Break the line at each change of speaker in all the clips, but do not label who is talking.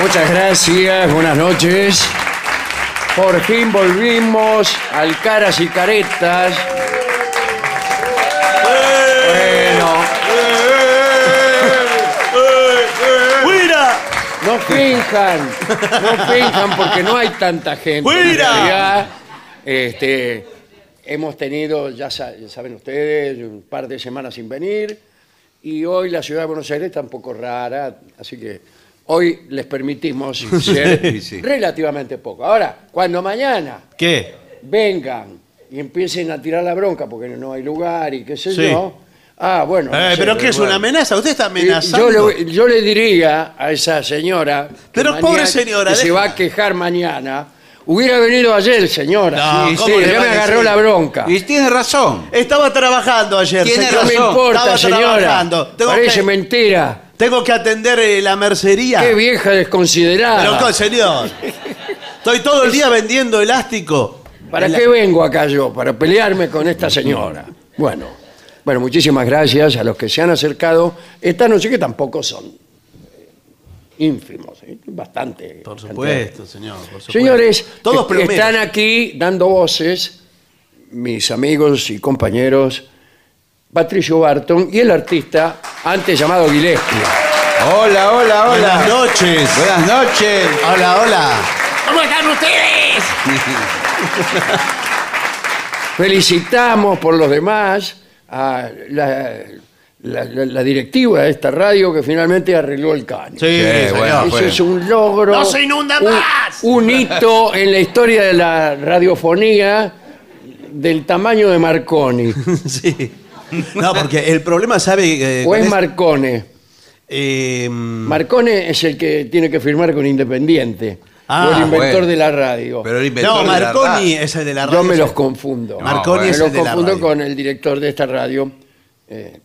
Muchas gracias, buenas noches. Por fin volvimos al Caras y Caretas. Bueno,
¡Fuera!
no finjan, no finjan porque no hay tanta gente. En
¡Fuera!
realidad, este, hemos tenido, ya sa- ya saben ustedes, un par de semanas sin venir y hoy la ciudad de Buenos Aires está un poco rara, así que hoy les permitimos ser
Sí, sí.
relativamente poco. Ahora, cuando mañana
¿Qué?
vengan y empiecen a tirar la bronca porque no hay lugar y qué sé
Sí.
yo. Ah, bueno. no
Eh,
sé,
¿Pero qué es
bueno.
una amenaza? Usted está
Y
amenazando.
Yo le, yo le diría a esa señora. que
Pero,
mañana-
pobre señora,
que se
deje-
va a quejar mañana. Hubiera venido ayer, señora.
No,
Sí,
¿cómo
sí,
le
ya
va a
me agarró
decir?
la bronca.
Y tiene razón.
Estaba trabajando ayer.
Tiene
No me
señor.
razón,
importa,
Estaba
señora.
trabajando. Tengo,
Parece
que,
mentira.
tengo que atender eh, la mercería.
Qué vieja
Pero,
desconsiderada.
co- señor. Estoy todo el día vendiendo elástico.
¿Para
El-
qué vengo acá yo? Para pelearme con esta señora. Bueno, bueno, muchísimas gracias a los que se han acercado. Esta noche que tampoco son eh, ínfimos, ¿eh? bastante.
Por supuesto, señor. por supuesto.
Señores,
Todos
que
plomeros.
están aquí dando voces mis amigos y compañeros Patricio Barton y el artista antes llamado Gillespie.
Hola, hola, hola.
Buenas noches.
Buenas noches.
Hola, hola.
Felicitamos por los demás a la, la- la- la directiva de esta radio que finalmente arregló el caño.
Sí,
Eh,
señor.
bueno,
Eso
fue.
es un logro.
¡No se inunda
un-
más!
Un, hito en la historia de la radiofonía del tamaño de Marconi.
Sí. No, porque el problema, ¿sabe? eh,
¿O
cuál
es
es?
Marcone?
Eh, mm,
Marcone es el que tiene que firmar con Independiente.
Ah,
o el inventor
bueno.
de la radio.
Pero el
no,
inventor de la
Marconi
radio.
es el de la radio.
Yo me los confundo.
Marconi
me
es
los
el de la
confundo
radio.
con el director de esta radio. Eh,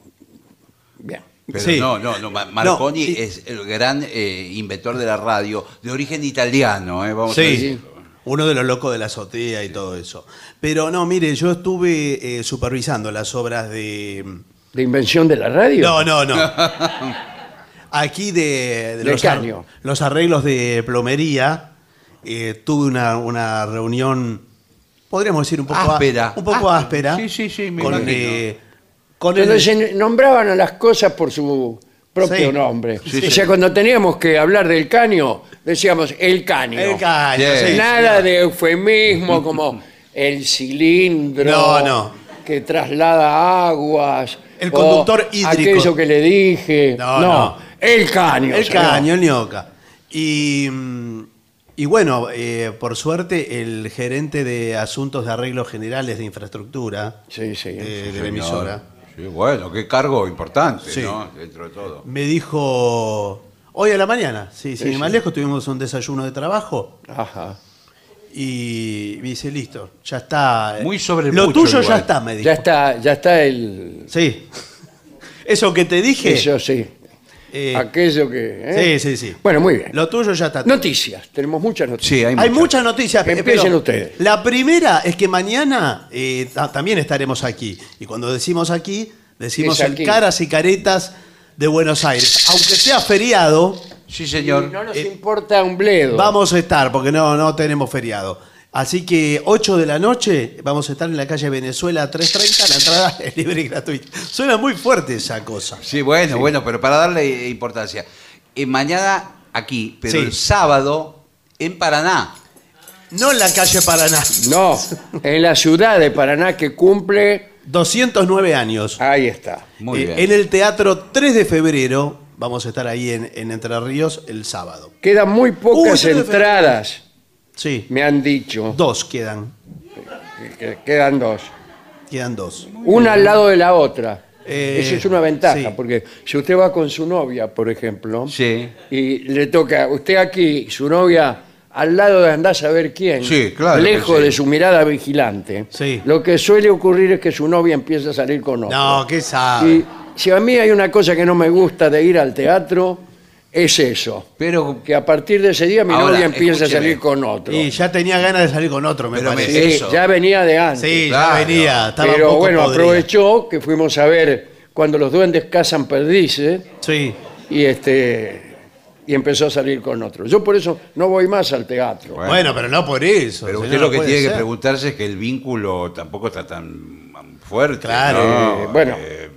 bien.
Pero
Sí.
no, no, no, Ma- Marconi
sí.
es el gran eh, inventor de la radio, de origen italiano, eh, vamos a
Sí.
decir.
Uno de los locos de la azotea y todo eso. Pero no, mire, yo estuve eh, supervisando las obras de.
¿De invención de la radio?
No, no, no. Aquí de, de
Del
los, ar-
caño.
los arreglos de plomería. eh, tuve una, una reunión podríamos decir un poco á-
Áspera.
Un poco
Áspera.
áspera.
Sí, sí, sí, me
con,
imagino.
eh, con el-
Entonces nombraban a las cosas por su propio
Sí.
nombre.
Sí,
o
sí.
sea, cuando teníamos que hablar del caño, decíamos el caño.
el caño,
Bien.
sí,
Eh, Nada de eufemismo como el cilindro
No, no.
que traslada aguas.
El
o
conductor hídrico.
Aquello que le dije. No,
No, no.
el caño.
El
señor.
caño, el ñoca. Y, mm, y bueno, eh, por suerte, el gerente de Asuntos de Arreglos Generales de Infraestructura
Sí,
eh,
sí.
de, de la
Señor.
emisora
Sí, bueno, qué cargo importante,
Sí.
¿no? Dentro de todo.
me dijo hoy a la mañana, sí, sin
Sí,
ir más
sí.
lejos, tuvimos un desayuno de trabajo
Ajá.
y me dice, listo, ya está. eh,
Muy sobre el
Lo
mucho
tuyo ya
igual.
está, me dijo.
Ya está, ya está el.
Sí. Eso que te dije.
Eso sí.
eh,
aquello que. ¿eh?
Sí, sí, sí.
Bueno, muy bien.
Lo tuyo ya está.
Noticias. Tenemos muchas noticias.
Sí, hay,
Hay
mucho.
muchas noticias.
Que
eh,
empiecen
pero
ustedes.
La primera es que mañana eh, ta- también estaremos aquí. Y cuando decimos aquí, decimos
Es
el
aquí.
Caras y Caretas de Buenos Aires. Aunque sea feriado,
Sí,
Y
señor.
no nos importa un bledo.
Eh, vamos a estar, porque no, no tenemos feriado. Así que 8 de la noche vamos a estar en la calle Venezuela 330, la entrada es libre y gratuita. Suena muy fuerte esa cosa.
Sí, bueno, bueno, pero para darle importancia. Eh, mañana aquí, pero
Sí.
el sábado en Paraná.
No en la calle Paraná.
No, en la ciudad de Paraná que cumple.
209 años.
Ahí está.
Muy
Eh,
bien.
En el Teatro 3 de Febrero vamos a estar ahí en, en Entre Ríos el sábado.
Quedan muy pocas
yo no-
entradas,
Sí.
me han dicho.
Dos quedan.
que- que Quedan dos.
Quedan dos.
Una al lado de la otra.
Eh,
Eso es una ventaja,
sí.
porque si usted va con su novia, por ejemplo,
Sí.
y le toca usted aquí, su novia al lado de andar a saber quién,
Sí, claro que
lejos
sí.
de su mirada vigilante,
Sí.
lo que suele ocurrir es que su novia empieza a salir con otro.
No, qué sabe.
Y si a mí hay una cosa que no me gusta de ir al teatro, es eso.
Pero
Que a partir de ese día mi
Ahora,
novia empieza a
escúcheme.
salir con otro.
Y ya tenía ganas de salir con otro, me
Pero me-
parece.
Sí,
eso.
ya venía de antes.
Sí,
Claro.
ya venía. Estaba un
Pero
poco
bueno,
podrida.
aprovechó que fuimos a ver cuando los duendes cazan perdices
Sí.
y este y empezó a salir con otro. Yo por eso no voy más al teatro.
Bueno.
Bueno. pero no por eso.
Pero
señor,
usted lo
no
que
puede
tiene que
ser.
preguntarse es que el vínculo tampoco está tan fuerte.
Claro.
¿no?
Eh, bueno.
Eh,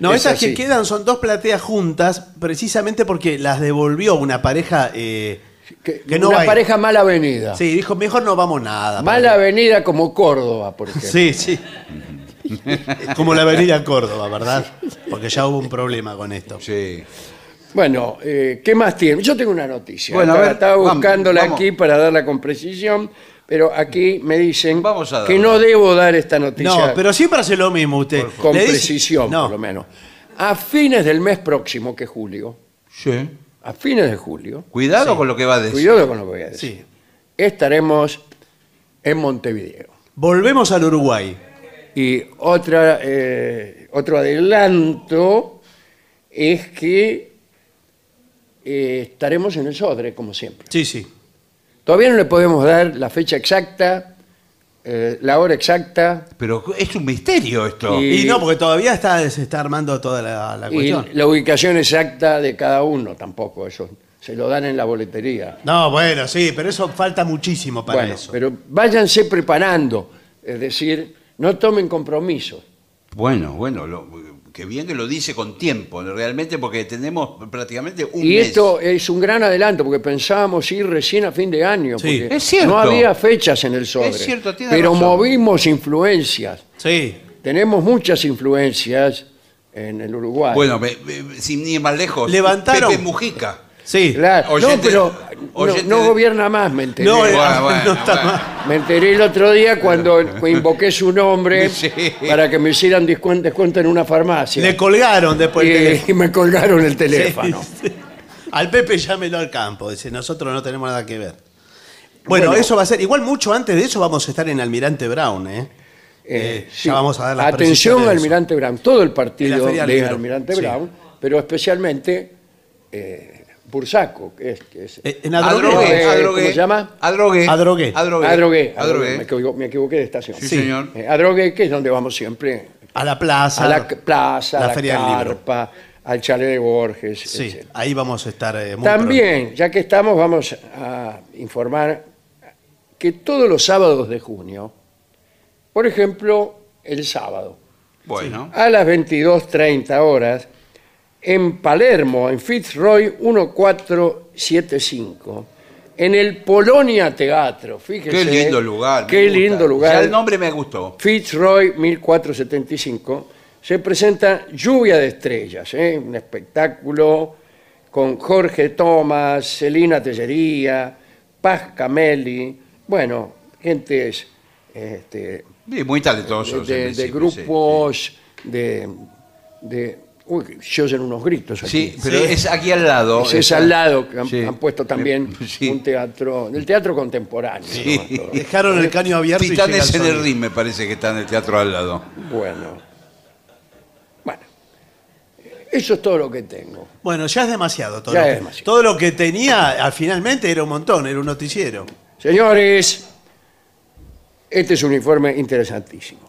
No,
es
esas
así.
que quedan son dos plateas juntas, precisamente porque las devolvió una pareja eh, que, no
Una
va a ir.
pareja mal avenida.
Sí, dijo, mejor no vamos nada.
mal avenida como Córdoba, por ejemplo.
Sí, sí. Como la avenida Córdoba, ¿verdad? Porque ya hubo un problema con esto.
sí.
Bueno, eh, ¿qué más tiene? Yo tengo una noticia.
Bueno, a
estaba,
ver,
estaba
vamos,
buscándola
vamos.
aquí para darla con precisión, pero aquí me dicen
Vamos a darla.
que no debo dar esta noticia
No, pero siempre hace lo mismo usted.
con
Le dice-
precisión,
No,
por lo menos. A fines del mes próximo, que es julio,
Sí.
a fines de julio,
Cuidado con lo que va a decir.
cuidado con lo que voy a decir,
Sí.
estaremos en Montevideo.
Volvemos al Uruguay.
Y otra, eh, otro adelanto es que eh, estaremos en el Sodre, como siempre.
Sí, sí.
Todavía no le podemos dar la fecha exacta, eh, la hora exacta
Pero es un misterio esto.
Y-
Y, no, porque todavía está, se está armando toda la, la
y
cuestión.
la ubicación exacta de cada uno tampoco. Eso se lo dan en la boletería.
No, bueno, sí, pero eso falta muchísimo para
bueno,
eso.
pero váyanse preparando, es decir, no tomen compromisos.
Bueno, bueno, lo, que bien que lo dice con tiempo, realmente, porque tenemos prácticamente un
Y
mes.
esto es un gran adelanto porque pensábamos ir recién a fin de año.
Sí,
porque
es cierto.
No había fechas en el sobre.
Es cierto, tiene
pero
razón.
movimos influencias.
Sí.
Tenemos muchas influencias en el Uruguay.
Bueno, me- me- sin ir más lejos.
Levantaron.
Pepe Mujica.
Sí.
Claro. no,
oyente-
pero no-
oyente-
no, gobierna más, me enteré.
No, eh,
Bueno, bueno,
no está
bueno.
mal.
Me enteré el otro día cuando invoqué su nombre
Sí.
para que me hicieran descuento, descuento en una farmacia.
Le colgaron después el
y,
teléfono.
y me colgaron el
Sí,
teléfono.
sí. Al Pepe llámelo al campo, dice, nosotros no tenemos nada que ver. Bueno,
Bueno.
eso va a ser, igual mucho antes de eso vamos a estar en Almirante Brown, ¿eh?
Eh,
Eh, ya vamos a dar las
Atención,
precisiones de eso.
Almirante Brown. Todo el
En
partido
la Feria del
de
Libro,
Almirante
sí.
Brown, pero especialmente eh, Bursaco, que es. Que es-
Eh, En
Adrogué.
Adrogué.
¿Cómo
Adrogué.
se llama?
Adrogué.
Adrogué.
Adrogué.
Adrogué, Adrogué, Me,
Adrogué.
equivo- me equivoqué de estación.
Sí, señor.
Eh, Adrogué, que es donde vamos siempre.
A la plaza.
A la c- plaza,
La
a la
Feria del Libro.
carpa, al chalet de Borges.
Sí,
etc.
ahí vamos a estar eh, muy
También, ya que estamos, vamos a informar que todos los sábados de junio
pronto.
Por ejemplo, el sábado.
Bueno,
A las 22.30 horas, en Palermo, en Fitzroy 1475, en el Polonia Teatro. Fíjese.
qué lindo lugar. me
Qué
gusta.
lindo lugar.
Ya el nombre me gustó.
Fitzroy 1475, se presenta Lluvia de Estrellas, ¿eh? un espectáculo con Jorge Tomás, Celina Tellería, Paz Camelli, bueno, gentes este,
Sí, muy talentoso.
de, de grupos de, de- Uy, se oyen unos gritos aquí.
Sí, pero
Sí.
es aquí al lado.
Es, es al lado que han,
Sí.
han puesto también
Sí.
un teatro, el teatro contemporáneo.
Sí.
¿no? Todo.
Dejaron el caño abierto. y
Titanes en
llega
el
sonido.
ring, me parece que está en el teatro al lado.
Bueno. Bueno. Eso es todo lo que tengo.
Bueno, ya es demasiado todo.
Ya
lo que,
es demasiado.
Todo lo que tenía, al finalmente era un montón, era un noticiero.
Señores, este es un informe interesantísimo.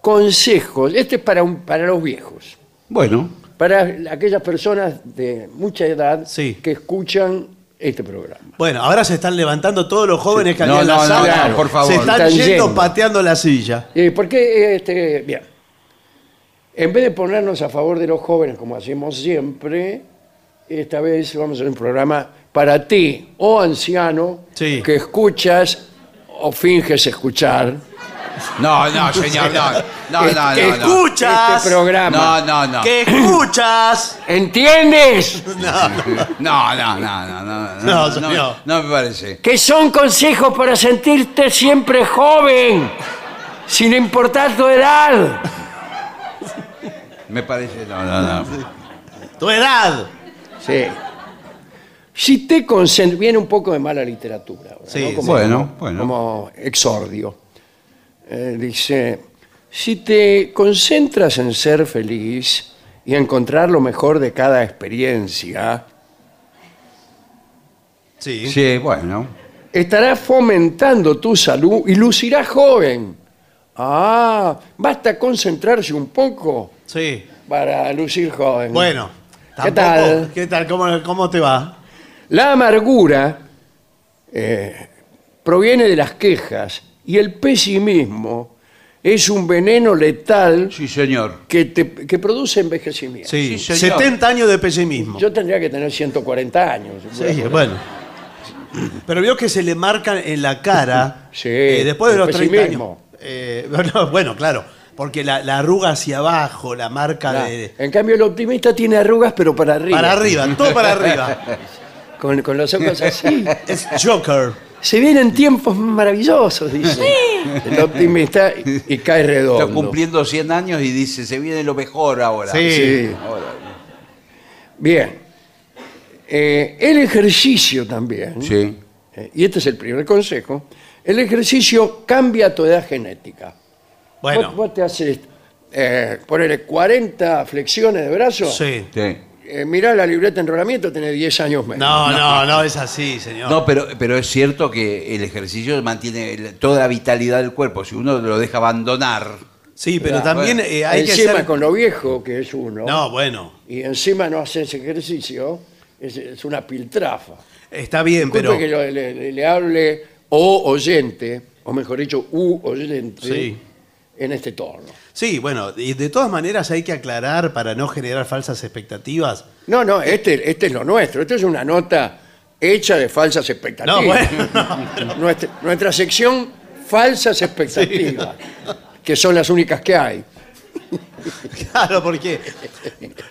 Consejos, este es para, un- para los viejos,
Bueno,
para aquellas personas de mucha edad
Sí.
que escuchan este programa.
Bueno, ahora se están levantando todos los jóvenes que
No,
había en la
no, no,
sala.
no, por favor.
Se están,
Están
yendo,
yendo.
pateando la silla.
Eh, ¿Por qué? Este, bien. En vez de ponernos a favor de los jóvenes, como hacemos siempre, esta vez vamos a hacer un programa para ti, o anciano,
Sí.
que escuchas o finges escuchar
no, no, señor, no. No, no,
que
no. no.
escuchas.
este programa.
No, no, no.
¡Que escuchas!
¿Entiendes?
No, no, no, no, no.
No,
no,
señor.
no me parece.
Que son consejos para sentirte siempre joven, sin importar tu edad.
Me parece, no, no, no.
¡Tu edad!
Sí. Si te concentras, viene un poco de mala literatura. ahora,
Sí,
¿no? Como-
Bueno, bueno.
como exordio. Eh, dice, si te concentras en ser feliz y encontrar lo mejor de cada experiencia,
Sí.
Sí, bueno.
estarás fomentando tu salud y lucirás joven. Ah, basta concentrarse un poco
Sí.
para lucir joven.
Bueno.
Eh, ¿Qué
tampoco-
tal?
¿Qué tal? ¿Cómo, cómo te va?
La amargura eh, proviene de las quejas y el pesimismo es un veneno letal
Sí, señor.
que, te- que produce envejecimiento.
Sí.
Sí, señor.
70 años de pesimismo.
Yo tendría que tener 140 años.
Sí, bueno. Pero vio que se le marcan en la cara
Sí,
eh, después de
el
los 30 años.
pesimismo.
Eh, bueno, bueno, claro. Porque la, la arruga hacia abajo, la marca
Ah,
de.
En cambio, el optimista tiene arrugas, pero para arriba.
Para arriba, todo para arriba.
Con, con los ojos así.
Es Joker.
Se vienen tiempos maravillosos, dice el optimista y, y cae redondo.
Está cumpliendo 100 años y dice, se viene lo mejor ahora.
Sí.
Sí. Bien. Eh, el ejercicio también.
Sí.
eh, y este es el primer consejo. El ejercicio cambia tu edad genética.
Bueno,
Vos, vos te haces, eh, ponele 40 flexiones de brazo.
sí.
Sí.
Eh, mirá la libreta de enrolamiento, tenés 10 años menos.
No, no, no es así, señor.
No, pero, pero es cierto que el ejercicio mantiene el- toda la vitalidad del cuerpo. Si uno lo deja abandonar,
sí, pero
Ya,
también
bueno.
eh, hay que
encima
ser.
con lo viejo que es uno,
No, bueno,
y encima no haces ejercicio, es, es una piltrafa.
está bien,
Disculpe
pero.
que yo le, le- le hable o oyente, o mejor dicho, u oyente,
Sí.
en este tono.
Sí, bueno, y de todas maneras hay que aclarar para no generar falsas expectativas.
No, no, este, este es lo nuestro. Esta es una nota hecha de falsas expectativas.
No, bueno, no,
nuestra, nuestra sección, falsas expectativas, que son las únicas que hay.
claro, porque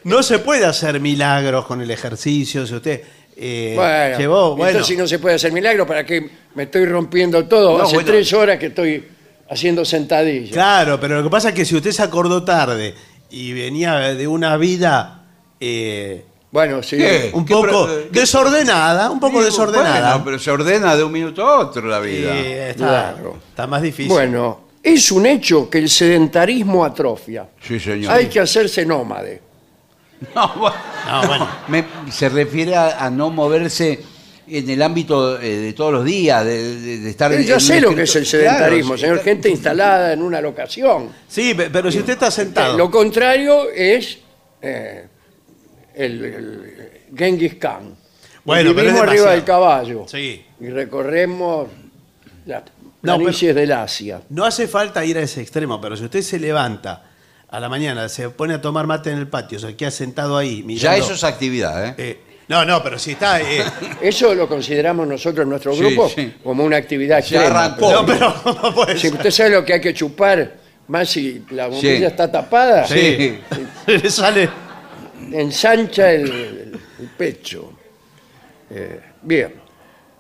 no se puede hacer milagros con el ejercicio. Si usted eh,
Bueno,
llevó, bueno,
entonces si no se puede hacer milagro, ¿para qué me estoy rompiendo todo?
No,
Hace
bueno.
tres horas que estoy haciendo sentadillas.
claro, pero lo que pasa es que si usted se acordó tarde y venía de una vida eh,
Bueno, sí.
¿Qué?
un
¿Qué
poco
pro- qué-
desordenada, un poco
Digo,
desordenada.
bueno, pero se ordena de un minuto a otro la vida.
Sí, está,
Claro.
está más difícil.
Bueno, es un hecho que el sedentarismo atrofia.
Sí, señor.
Hay que hacerse nómade.
No, bueno.
No, bueno.
Me- se refiere a, a no moverse en el ámbito eh, de todos los días, de, de- de estar...
Eh, Yo
en
sé
un
lo que es el
escrito-
sedentarismo,
Claro,
señor.
está-
Gente instalada en una locación.
Sí, pe- pero si usted está sentado.
Eh, Lo contrario es eh, el, el Genghis Khan.
Bueno, pero es
Vivimos arriba
demasiado.
del caballo.
Sí.
Y recorremos las
No, pero-
planicies del Asia.
No hace falta ir a ese extremo, pero si usted se levanta a la mañana, se pone a tomar mate en el patio, se queda sentado ahí
Ya
mirando.
eso es actividad, ¿eh?
Eh, no, no, pero si está. eh,
Eso lo consideramos nosotros en nuestro
Sí,
grupo
sí.
como una actividad
Ya
extrema.
arrancó.
no, pero no puede
Si
ser.
usted sabe lo que hay que chupar, más si la bombilla
Sí.
está tapada,
Sí.
Le sale.
ensancha el, el- el pecho. Eh, bien.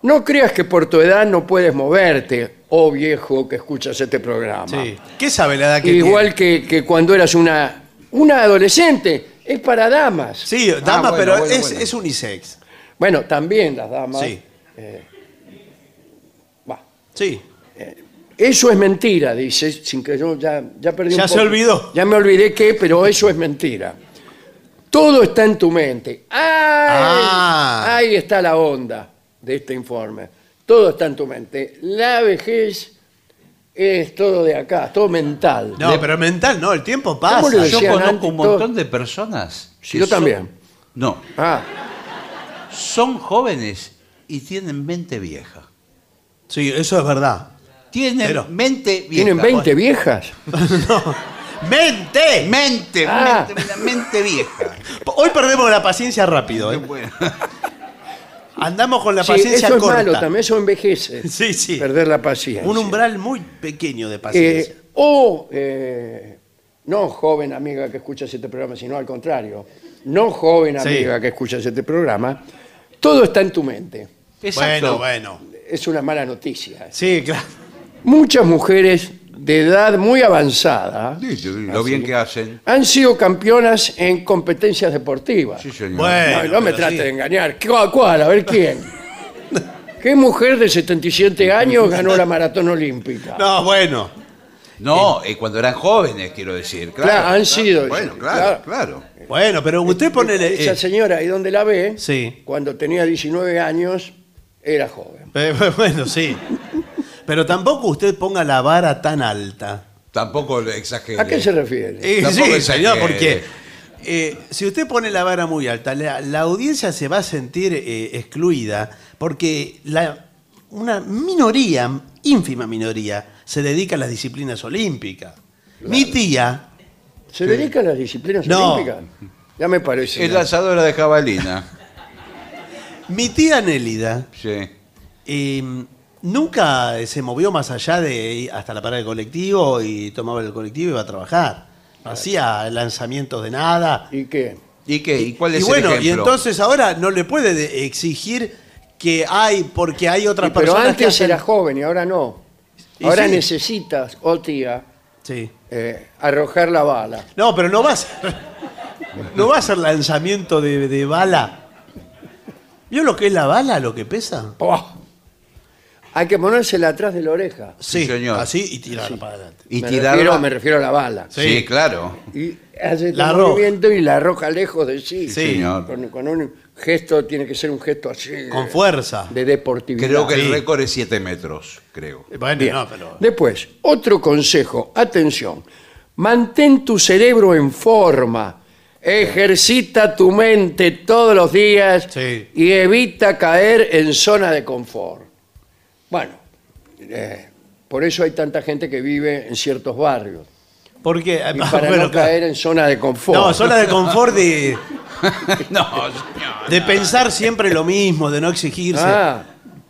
No creas que por tu edad no puedes moverte, oh viejo que escuchas este programa.
Sí.
Ah.
¿Qué sabe la edad que
Igual que, que cuando eras una, una adolescente, es para damas.
tiene? Sí, dama,
Ah, bueno,
pero
bueno,
es,
bueno.
es unisex.
Bueno, también las damas.
Sí.
eh, bah.
Sí.
Eso es mentira, dice, sin que yo ya, ya perdí un
Ya se
poco.
olvidó.
Ya me olvidé que, pero eso es mentira. Todo está en tu mente. ¡Ay!
Ah.
Ahí está la onda de este informe. Todo está en tu mente. La vejez es todo de acá, todo mental.
No, pero mental, no, el tiempo
¿Cómo le
pasa.
decía?
Yo
decían
conozco
antes
un montón
todo-
de personas. que
Yo
son-
también.
No,
Ah,
son jóvenes y tienen mente vieja.
Sí, eso es verdad.
Tienen
Pero-
mente vieja.
¿tienen 20 viejas?
No. ¡Mente!
Mente,
Ah.
mente, mente vieja.
Hoy perdemos la paciencia rápido. ¿eh?
Bueno,
Andamos con la
Sí,
paciencia
eso
corta.
es malo también, eso envejece.
Sí, sí.
Perder la paciencia.
Un umbral muy pequeño de paciencia.
Eh, o, eh, no joven amiga que escuchas este programa, sino al contrario, no joven
Sí.
amiga que escuchas este programa, todo está en tu mente.
exacto.
Bueno, bueno.
Es una mala noticia.
Sí, claro.
Muchas mujeres de edad muy avanzada
Sí, sí, Lo bien que hacen.
han sido campeonas en competencias deportivas.
Sí, señor.
Bueno,
No, no me
pero
trate
sí.
de engañar. ¿Cu- ¿A cuál? A ver quién. ¿Qué mujer de 77 años ganó la maratón olímpica?
No, bueno.
No, eh, cuando eran jóvenes, quiero decir. Claro,
Claro, han sido,
Bueno,
sí,
claro, claro.
Bueno, pero usted eh, pone.
Esa señora, ahí donde la ve,
Sí.
cuando tenía 19 años, era joven.
eh, bueno, sí. Pero tampoco usted ponga la vara tan alta.
Tampoco lo exagere.
¿A qué se refiere?
Eh,
Tampoco
sí,
es
señor,
que-
porque eh, si usted pone la vara muy alta, la, la audiencia se va a sentir eh, excluida porque la, una minoría, ínfima minoría, se dedica a las disciplinas olímpicas. Mi tía,
¿Se dedica a las disciplinas
No.
olímpicas? Ya me parece.
Es la asadora de jabalina.
mi tía Nélida,
Sí.
eh, nunca se movió más allá de ir hasta la parada del colectivo y tomaba el colectivo y iba a trabajar. No hacía lanzamientos de nada.
¿Y qué?
¿Y qué? ¿Y cuál es
Y
el
bueno,
ejemplo?
y entonces ahora no le puede de- exigir que hay, porque hay otras
Y pero
personas que
antes
hacen-
era joven y ahora no.
Y
Ahora
sí.
necesitas, oh tía,
Sí.
eh, arrojar la bala.
No, pero no va a ser, no va a ser lanzamiento de, de bala. ¿Vio lo que es la bala, lo que pesa?
¡Pah! Oh. Hay que ponérsela atrás de la oreja.
Sí, señor.
Así y tirarla para adelante.
Y
me,
tirarla-
refiero, me refiero a la bala.
Sí, claro.
Y hace el
La arroja.
movimiento y la arroja lejos de sí.
Sí.
Señor.
Con, con un gesto, tiene que ser un gesto así.
Con
de-
fuerza.
De deportividad.
Creo que
Sí.
el récord es 7 metros, creo.
Bueno,
Eh, Bien.
no, pero.
Después, otro consejo, atención, mantén tu cerebro en forma, ejercita tu mente todos los días
Sí.
y evita caer en zona de confort. Bueno, eh, por eso hay tanta gente que vive en ciertos barrios,
Porque.
y para
bueno,
no
claro.
caer en zona de confort.
No, zona de confort de,
no, señor.
de pensar siempre lo mismo, de no exigirse.
Ah.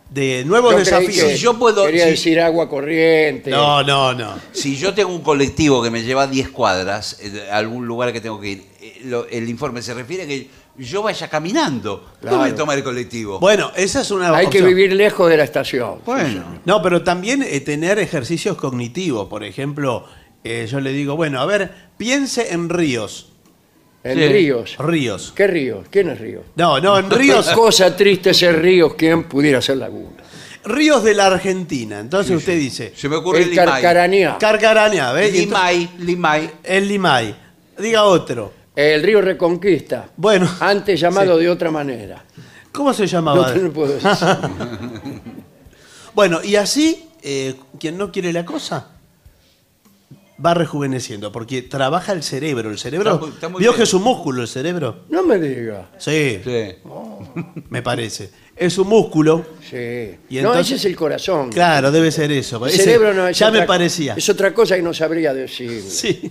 De
Yo
nuevos
creí
desafíos.
que
Si yo puedo-
quería
si-
decir agua corriente.
No, no, no.
Si yo tengo un colectivo que me lleva 10 cuadras eh, a algún lugar que tengo que ir, eh, lo- el informe se refiere a que yo vaya caminando. No me
Claro.
toma el colectivo.
Bueno, esa es una.
hay que
opción.
vivir lejos de la estación.
Bueno.
No, pero también eh, tener ejercicios cognitivos. Por ejemplo, eh, yo le digo, bueno, a ver, piense en ríos.
En
Sí.
ríos.
Ríos.
¿Qué ríos? ¿Quién es ríos?
No, no, en ríos.
Ríos, cosa triste ser ríos, quien pudiera ser laguna.
ríos de la Argentina. Entonces usted dice,
Se me ocurre
El
Limay.
Carcarañá,
Carcarañá,
Eh,
¿ves? Y entonces-
Limay, Limay.
El Limay. Diga otro.
el río Reconquista,
Bueno.
antes llamado de otra manera.
¿Cómo se
No
llamaba?
te lo puedo decir.
Bueno, y así, eh, quien no quiere la cosa va rejuveneciendo, porque trabaja el cerebro. El cerebro.
Está muy- está muy
¿Vio
bien.
que es un músculo el cerebro?
No me diga.
Sí,
Sí.
me parece. es un músculo.
Sí.
Y
no,
entonces-
ese es el corazón.
Claro, debe ser eso.
El
Ese-
cerebro no es
Ya me
otra-
parecía.
Es otra cosa que no sabría decir.
Sí.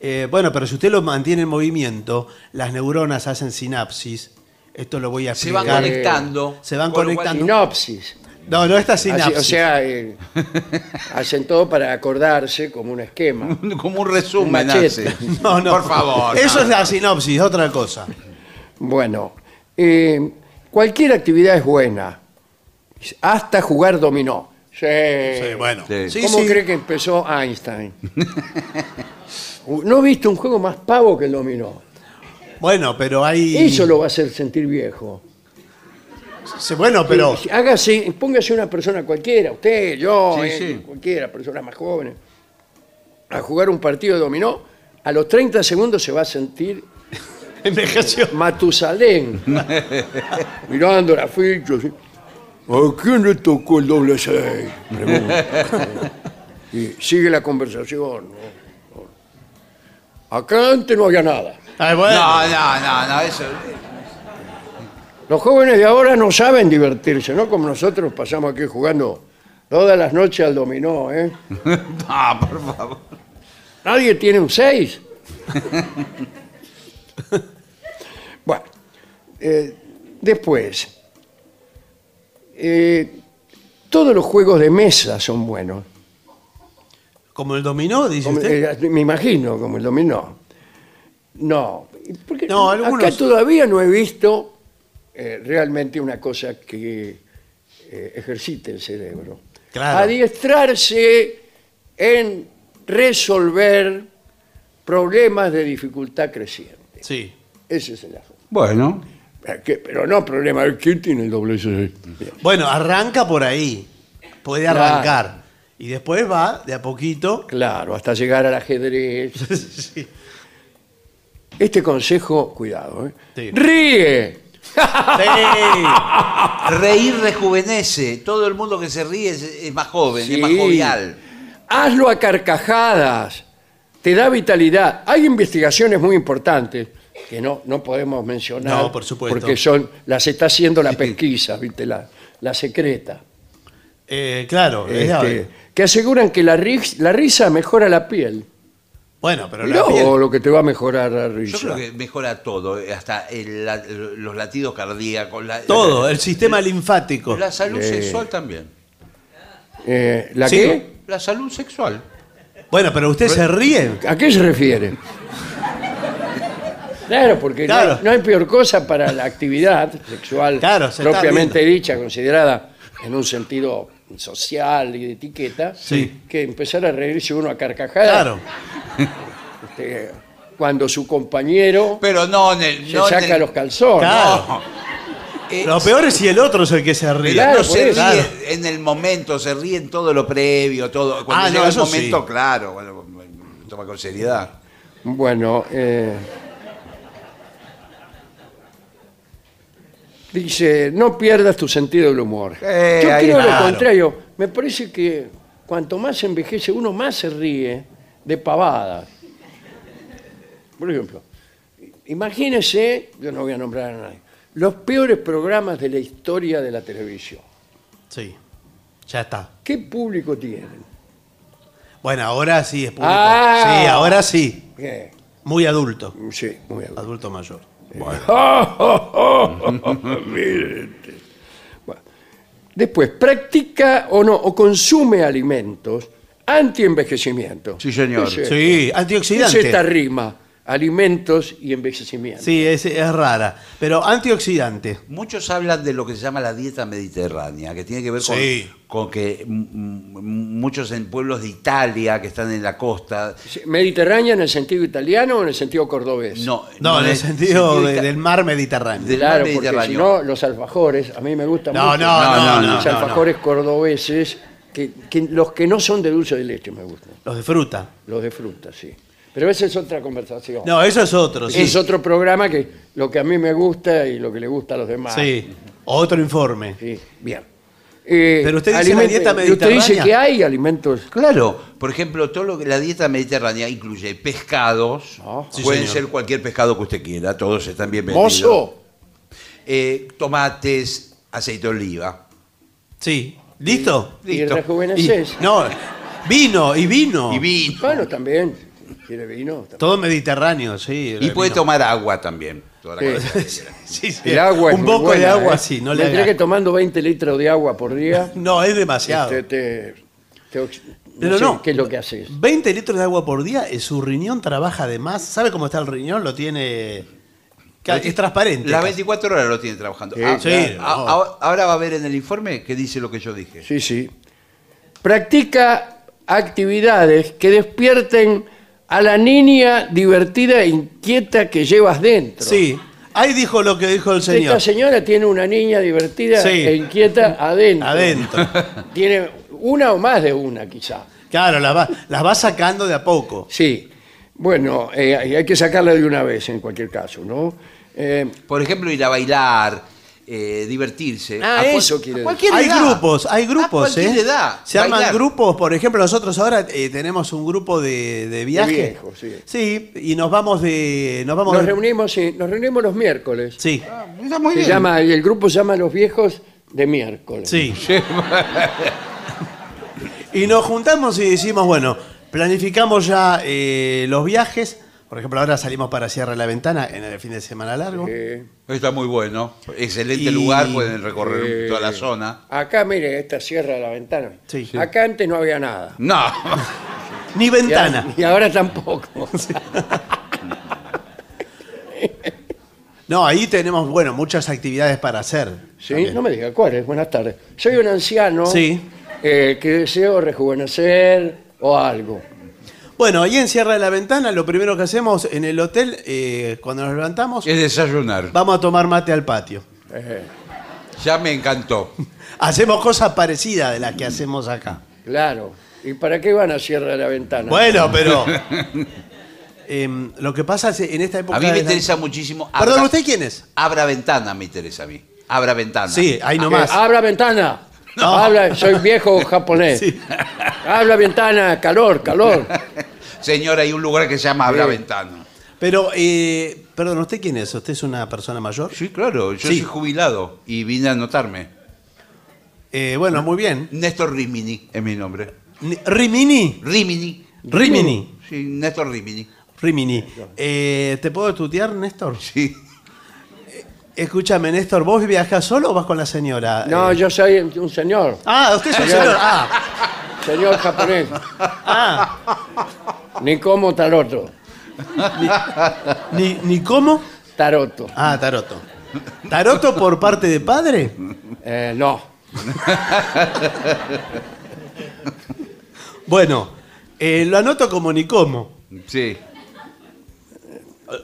Eh, bueno, pero si usted lo mantiene en movimiento, las neuronas hacen sinapsis. Esto lo voy a
Se van
explicar.
conectando.
Se van
Con lo cual-
conectando.
Sinopsis.
No, no esta
Así-
sinapsis.
o sea, eh, hacen todo para acordarse como un esquema.
Como un resumen.
Un machete.
hace.
no, no.
Por favor.
Eso
no.
es la sinopsis, otra cosa.
Bueno, eh, cualquier actividad es buena. Hasta jugar dominó. Sí.
Sí, bueno.
Sí.
Sí,
¿Cómo
sí.
cree que empezó Einstein? ¿No viste un juego más pavo que el dominó?
Bueno, pero hay.
Eso lo va a hacer sentir viejo.
Sí, Bueno, pero.
Hágase, póngase una persona cualquiera, usted, yo,
Sí,
eh,
sí.
cualquiera, personas más jóvenes, a jugar un partido de dominó, a los 30 segundos se va a sentir
Envejeció.
Matusalén, mirando la ficha. así, ¿A quién le tocó el doble seis? Pregunta. Y sigue la conversación. ¿no? Acá antes no había nada.
Ay, bueno.
No, no, no, no, eso.
Los jóvenes de ahora no saben divertirse, ¿no? Como nosotros pasamos aquí jugando todas las noches al dominó, ¿eh?
No, por favor.
Nadie tiene un 6. bueno, eh, después, eh, todos los juegos de mesa son buenos.
Como el dominó, dice
Como-
usted.
eh, me imagino, como el dominó. No, porque
No,
acá
algunos-
todavía no he visto eh, realmente una cosa que eh, ejercite el cerebro.
Claro.
Adiestrarse en resolver problemas de dificultad creciente.
Sí.
Ese es el asunto.
Bueno.
Eh, que- Pero no problema, de ¿quién tiene el doble seis?
Bueno, arranca por ahí. Puede
Claro.
arrancar. Y después va de a poquito.
Claro, hasta llegar al ajedrez.
Sí.
Este consejo, cuidado, ¿eh?
Sí.
¡Ríe!
Sí.
Reír rejuvenece. Todo el mundo que se ríe es, es más joven, es más
Sí.
jovial.
Hazlo a carcajadas. Te da vitalidad. Hay investigaciones muy importantes que no, no podemos mencionar.
No, por supuesto.
Porque son, las está haciendo la pesquisa, ¿viste? La, la secreta.
Eh, claro, es
Este,
la-
que aseguran que la, ri- la risa mejora la piel.
bueno, pero
Mirá
la piel-
vos lo que te va a mejorar la risa.
Yo creo que mejora todo, eh, hasta el la- los latidos cardíacos. la-
todo,
la-
el sistema linfático.
La salud
Sí.
sexual también.
Eh, ¿La
Sí.
qué?
La salud sexual.
Bueno, pero usted se ríe.
¿A qué se refiere? Claro, porque no-
Claro.
No, hay peor cosa para la actividad sexual
Claro, se está
propiamente dicha, considerada en un sentido social y de etiqueta,
Sí.
que empezar a reírse uno a carcajadas
Claro.
este, cuando su compañero
Pero no en el.
se
no en
saca
el-
los calzones.
Claro.
Eh,
Lo peor es si el otro es el que se ríe.
Pero
Claro,
no se ríe
claro.
en el momento, se ríe en todo lo previo, todo. Cuando
Ah, no,
llega el
eso
momento,
sí.
claro, bueno, lo toma con seriedad.
Bueno, eh, dice, no pierdas tu sentido del humor.
Eh,
Yo
ahí
creo
está.
lo contrario. Me parece que cuanto más se envejece, uno más se ríe de pavadas. Por ejemplo, imagínese, yo no voy a nombrar a nadie, los peores programas de la historia de la televisión.
Sí. Ya está.
¿Qué público tienen?
Bueno, ahora sí es público.
Ah.
Sí, ahora sí.
Eh,
Muy adulto.
sí, muy bien.
Adulto mayor.
Mírete. Bueno. Después, practica o no, o consume alimentos anti-envejecimiento.
Sí, señor.
¿Qué es esto?
Sí,
¿Qué es esta
antioxidante.
rima? Alimentos y envejecimiento.
Sí, es, es rara. Pero antioxidante.
Muchos hablan de lo que se llama la dieta mediterránea, que tiene que ver con,
Sí.
con que mm, mm, muchos en pueblos de Italia que están en la costa.
¿Mediterránea en el sentido italiano o en el sentido cordobés?
No,
No, en el
es-
sentido de-
ita-
del mar Mediterráneo.
del
Claro,
mar
porque si
Mediterráneo.
no, los alfajores, a mí me gustan
No,
mucho.
no,
No,
no,
no,
no.
los
no, no.
alfajores cordobeses, que- que los que no son de dulce de leche me gustan.
Los de fruta.
Los de fruta, sí. Pero esa es otra conversación.
No, eso es otro.
Ese
Sí.
Es otro programa que lo que a mí me gusta y lo que le gusta a los demás.
Sí. Otro informe.
Sí, bien. Eh,
Pero usted dice la
alimento-
dieta
y Usted dice
mediterránea.
que hay alimentos.
Claro, por ejemplo, todo lo que la dieta mediterránea incluye pescados,
Ah.
Sí,
pueden
señor.
ser cualquier pescado que usted quiera, todos están bien vendidos.
Mozo,
Eh, tomates, aceite de oliva.
Sí. ¿Listo?
Y
Listo.
rejuveneces.
Y- no, vino, y vino.
Y vino.
Bueno, también. ¿Quiere vino? También.
Todo Mediterráneo, sí.
Y
el
puede
vino.
tomar agua también. toda la
Sí.
cosa que quiera.
Sí, sí.
El agua es
Un
muy
poco de
buena,
agua,
¿eh?
sí, no le
Me diré
haga-
que tomando 20 litros de agua por día.
No, es demasiado.
te, te- te ox- no
Pero
sé
no.
¿Qué es lo que haces?
20 litros de agua por día, eh, su riñón trabaja de más. ¿Sabe cómo está el riñón? Lo tiene. ca- Es transparente.
Las
casi.
24 horas lo tiene trabajando.
Sí,
Ah,
sí,
ah,
no.
ah, Ahora va a ver en el informe que dice lo que yo dije.
Sí, sí. Practica actividades que despierten a la niña divertida e inquieta que llevas dentro.
Sí. Ahí dijo lo que dijo el
Esta
señor.
señora tiene una niña divertida
Sí.
e inquieta adentro.
Adentro.
Tiene una o más de una, quizá.
Claro, las va, las va sacando de a poco.
Sí. Bueno, eh, hay hay que sacarla de una vez en cualquier caso, ¿no? Eh,
Por ejemplo, ir a bailar, eh, divertirse.
Ah,
A cual-
eso quiere
a cualquier
Hay
edad.
grupos, hay
Ah,
A
grupos,
cualquier
¿eh?
edad.
Se arman
Bailar.
grupos, por ejemplo, nosotros ahora eh, tenemos un grupo de, de viaje.
viejos, sí.
Sí, y nos vamos de. Nos vamos
nos
de-
reunimos, sí, nos reunimos los miércoles.
Sí,
Ah, Está muy
Se
bien.
llama, el grupo se llama Los Viejos de Miércoles.
sí. y nos juntamos y decimos, bueno, planificamos ya eh, los viajes. Por ejemplo, ahora salimos para Sierra de la Ventana en el fin de semana largo.
Eh,
Está muy bueno. Excelente
Y-
lugar, pueden recorrer
eh,
toda la zona.
Acá, mire, esta sierra de la ventana.
Sí. Sí.
Acá antes no había nada.
No.
Ni
Y ahora-
ventana.
Y ahora tampoco.
No, ahí tenemos, bueno, muchas actividades para hacer.
Sí,
también.
no me diga cuáles. Buenas tardes. Soy un anciano
Sí.
eh, que deseo rejuvenecer o algo.
Bueno, ahí en Sierra de la Ventana, lo primero que hacemos en el hotel, eh, cuando nos levantamos,
Es desayunar.
vamos a tomar mate al patio.
Eh,
Ya me encantó.
Hacemos cosas parecidas de las que hacemos acá.
claro. ¿Y para qué van a Sierra de la Ventana?
Bueno, pero. em, lo que pasa es que en esta época.
A mí me
de-
interesa muchísimo.
Perdón,
abra-
¿usted quién es?
Abra ventana, me interesa a mí. Abra ventana.
Sí, ahí
Que
nomás.
Abra ventana. Habla, soy viejo japonés.
Sí.
Habla ventana, calor, calor.
Señora, hay un lugar que se llama Abra
Sí.
Ventana.
Pero, eh, perdón, ¿usted quién es? ¿Usted es una persona mayor?
Sí, claro, yo
Sí.
soy jubilado y vine a anotarme.
Eh, bueno, muy bien.
Néstor Rimini es mi nombre.
Ni- Rimini.
Rimini.
Rimini.
Sí, Néstor Rimini.
Rimini. Eh, ¿Te puedo tutear, Néstor?
Sí.
Escúchame, Néstor, ¿vos viajás solo o vas con la señora?
No,
Eh,
yo soy un señor,
Ah, usted es un
Señora.
señor. Ah,
señor japonés.
ah.
Ni como taroto.
¿Ni, ni cómo?
Taroto.
Ah, taroto. ¿Taroto por parte de padre?
Eh, no.
Bueno, eh, lo anoto como ni cómo.
Sí.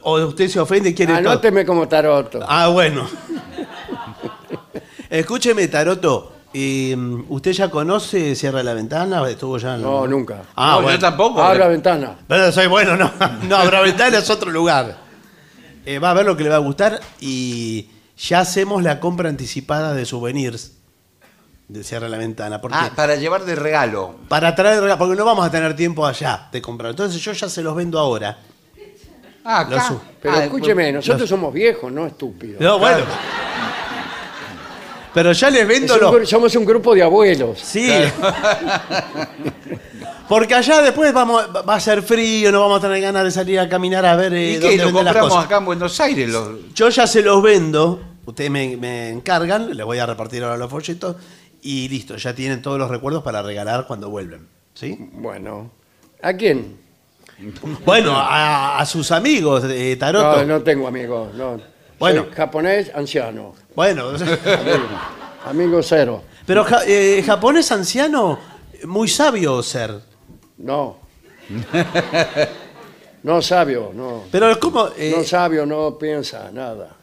O usted se ofende y quiere todo.
Anóteme como taroto.
Ah, bueno. Escúcheme, Taroto. eh, ¿Usted ya conoce Cierra la Ventana? ¿Estuvo ya en la-
No, nunca.
Ah,
No,
bueno.
yo tampoco. eh.
Abra ventana.
Pero soy bueno, no. No, Abra Ventana es otro lugar. Eh, va a ver lo que le va a gustar y ya hacemos la compra anticipada de souvenirs de Cierra la Ventana. Porque
Ah, para llevar de regalo.
para traer, porque no vamos a tener tiempo allá de comprar. Entonces yo ya se los vendo ahora.
Ah,
Lo
acá.
su-
Pero
Ah,
escúcheme,
bueno,
nosotros somos viejos, no estúpidos.
No, bueno. Pero ya les
Es
vendo
un
los.
gru- somos un grupo de abuelos.
Sí. Porque allá después vamos, va a ser frío, no vamos a tener ganas de salir a caminar a ver eh,
¿Y
dónde
qué? Lo
venden las
compramos
cosas.
acá en Buenos Aires. los-
Yo ya se los vendo, ustedes me, me encargan, les voy a repartir ahora los folletos y listo, ya tienen todos los recuerdos para regalar cuando vuelven. ¿Sí?
Bueno. ¿A quién?
Bueno, a, a sus amigos, eh, Taroto.
No, no tengo amigos. No.
Bueno.
Soy japonés, anciano.
Bueno,
Amigo, amigo cero.
pero ja- eh, japonés anciano, muy sabio ser.
No. No sabio, no.
Pero ¿cómo? eh,
No sabio, no piensa nada.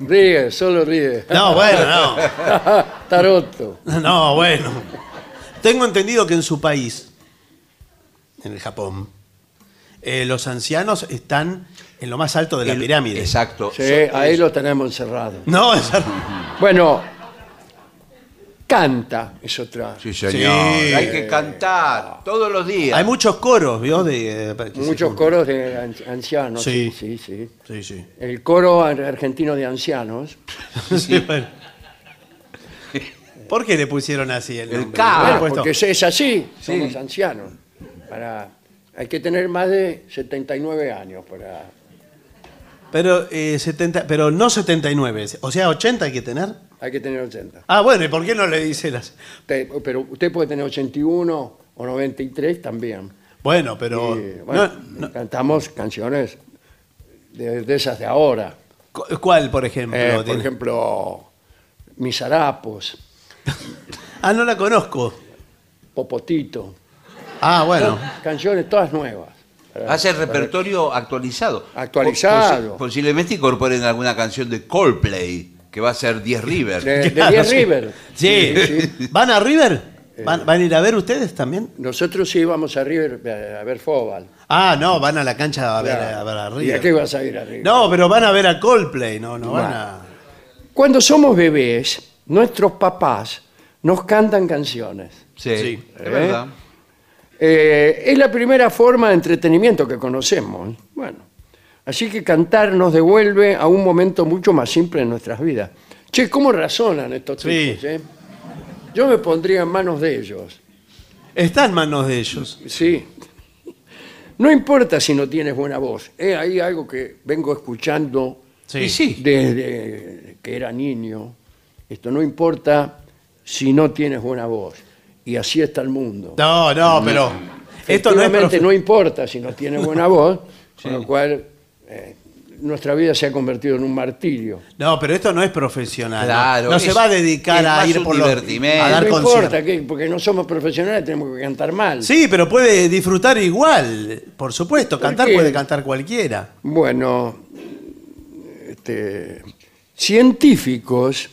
Ríe, solo ríe.
no, bueno, no.
Taroto.
No, bueno. Tengo entendido que en su país, en el Japón, eh, los ancianos están en lo más alto de la
el-
pirámide.
Exacto.
Sí, ahí lo tenemos encerrado.
No, es-
Bueno, canta es otra.
Sí, señor. Hay que cantar todos los días.
hay muchos coros, ¿vio? De, de- que se
Muchos
juntan.
coros de an- ancianos.
Sí.
sí, sí.
Sí, sí.
El coro ar- argentino de ancianos
Sí, bueno. ¿Por qué le pusieron así el,
El
nombre? pues
K.
Le han
Ah,
Bueno,
puesto
porque es- es así,
Sí.
somos ancianos. Para, hay que tener más de 79 años para...
Pero, eh, 70, pero no 79, o sea, 80 hay que tener.
Hay que tener 80.
Ah, bueno, ¿y por qué no le dice las...?
Te- pero usted puede tener 81 o 93 también.
Bueno, pero...
Y, bueno,
no, no.
Cantamos canciones de, de esas de ahora.
Cu- ¿Cuál, por ejemplo?
Eh, por
tiene?
ejemplo, Mis harapos,
Ah, no la conozco.
Popotito.
Ah, bueno.
Canciones todas nuevas.
Ah,
Ah,
Hace el repertorio actualizado.
Actualizado.
Posi- Posiblemente incorporen alguna canción de Coldplay, que va a ser 10 River.
De, de
Claro,
Dear
sí.
River.
Sí. ¿Van a River?
Eh.
¿Van, van a ir a ver ustedes también?
Nosotros sí íbamos a River eh, a ver Fobal.
Ah, no, van a la cancha a ver
Claro.
a, ver a
¿Y a qué
River.
vas a ir a River?
No, pero van a ver a Coldplay, no, no van a...
Cuando somos bebés, nuestros papás nos cantan canciones.
Sí,
Sí.
es verdad.
Eh, es la primera forma de entretenimiento que conocemos. Bueno, así que cantar nos devuelve a un momento mucho más simple en nuestras vidas. Che, ¿cómo razonan estos
Sí.
tipos? eh? Yo me pondría en manos de ellos.
Está en manos de ellos.
Sí. No importa si no tienes buena voz. Es ahí algo que vengo escuchando
Y sí,
desde que era niño. Esto no importa si no tienes buena voz. Y así está el mundo.
No, no, pero... Esto no es...
Efectivamente,
profe-
no importa si no tiene buena voz, con lo cual eh, nuestra vida se ha convertido en un martirio.
No, pero esto no es profesional.
Claro,
No se
es-
va a dedicar
es
a
más
ir
un
por los,
divertimento.
a dar
no importa,
conciertos.
que, porque no somos profesionales, tenemos que cantar mal.
Sí, pero puede disfrutar igual, por supuesto. Cantar
qué?
puede cantar cualquiera.
Bueno, este, científicos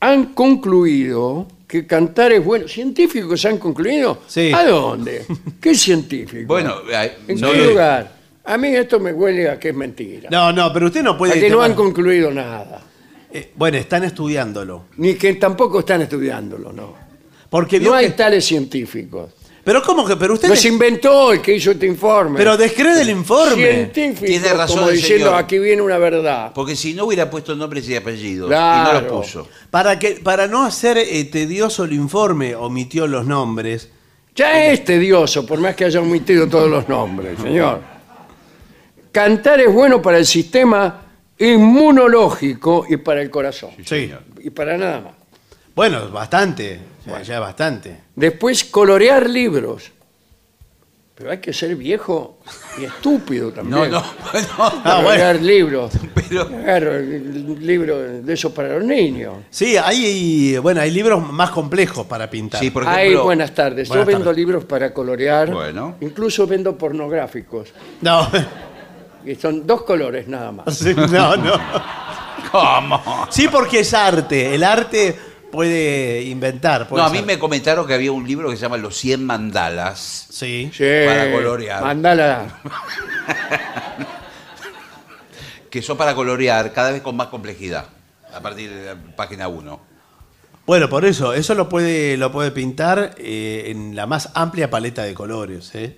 han concluido que cantar es bueno. ¿Científicos han concluido?
Sí.
¿A dónde? ¿Qué científico?
Bueno, eh,
¿en
no
qué
lo-
lugar? A mí esto me huele a que es mentira.
No, no, pero usted no
a
puede.
que no
tomar-
han concluido nada.
Eh, bueno, están estudiándolo.
Ni que tampoco están estudiándolo, no.
Porque vio
No hay
que-
tales científicos.
Pero cómo que, pero usted.
Los
des-
inventó el que hizo este informe.
Pero descrede el informe.
Científicos,
Tiene razón
como
el
diciendo,
señor.
aquí viene una verdad.
porque si no hubiera puesto nombres y apellidos y no
Claro.
los puso.
Para, que, para no hacer eh, tedioso el informe, omitió los nombres.
Ya es tedioso, por más que haya omitido todos los nombres, señor. Cantar es bueno para el sistema inmunológico y para el corazón.
Sí.
Y para nada más.
Bueno, bastante. Bueno, ya bastante.
Después, colorear libros. Pero hay que ser viejo y estúpido
No,
también.
no, no.
Ah, bueno.
Colorear libros.
Pero-
Agarro el libro de esos para los niños.
Sí, hay, bueno, hay libros más complejos para pintar.
Sí, por
Ay,
ejemplo,
buenas tardes.
Buenas
Yo vendo
tardes.
libros para colorear.
Bueno.
Incluso vendo pornográficos.
No,
Y son dos colores nada más.
sí, no, no.
¿Cómo?
Sí, porque es arte. El arte puede inventar. puede
No, a mí
ser.
me comentaron que había un libro que se llama Los 100 mandalas.
Sí.
Sí,
Para colorear.
Mandala.
que son para colorear cada vez con más complejidad, a partir de la página 1.
Bueno, por eso, eso lo puede, lo puede pintar eh, en la más amplia paleta de colores, ¿eh?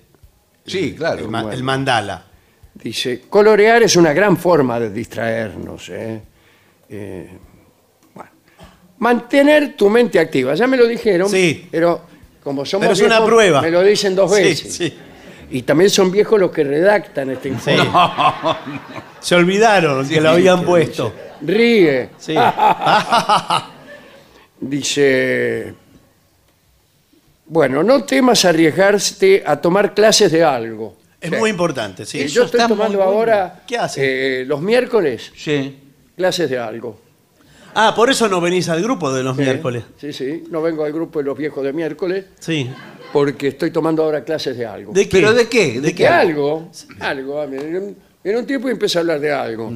Sí, claro.
El, ma- el mandala.
Dice, colorear es una gran forma de distraernos. ¿eh? Eh, bueno. Mantener tu mente activa. Ya me lo dijeron,
Sí.
pero como somos
Pero es una
viejos,
prueba.
me lo dicen dos
Sí,
veces.
sí.
Y también son viejos los que redactan este
Sí.
informe.
Se olvidaron que lo habían puesto.
Ríe. Ah,
Sí.
Dice, bueno, no temas arriesgarte a tomar clases de algo.
Es
Sí.
muy importante, sí.
Eh, Yo estoy
está muy
tomando
bueno.
ahora
¿Qué hace?
eh, los miércoles
Sí.
clases de algo.
Ah, por eso no venís al grupo de los miércoles.
Sí, sí. No vengo al grupo de los viejos de miércoles
Sí.
porque estoy tomando ahora clases de algo.
¿De qué?
¿Pero de qué? ¿De
¿De qué algo? Algo. Viene un- viene un tiempo y empieza a hablar de algo.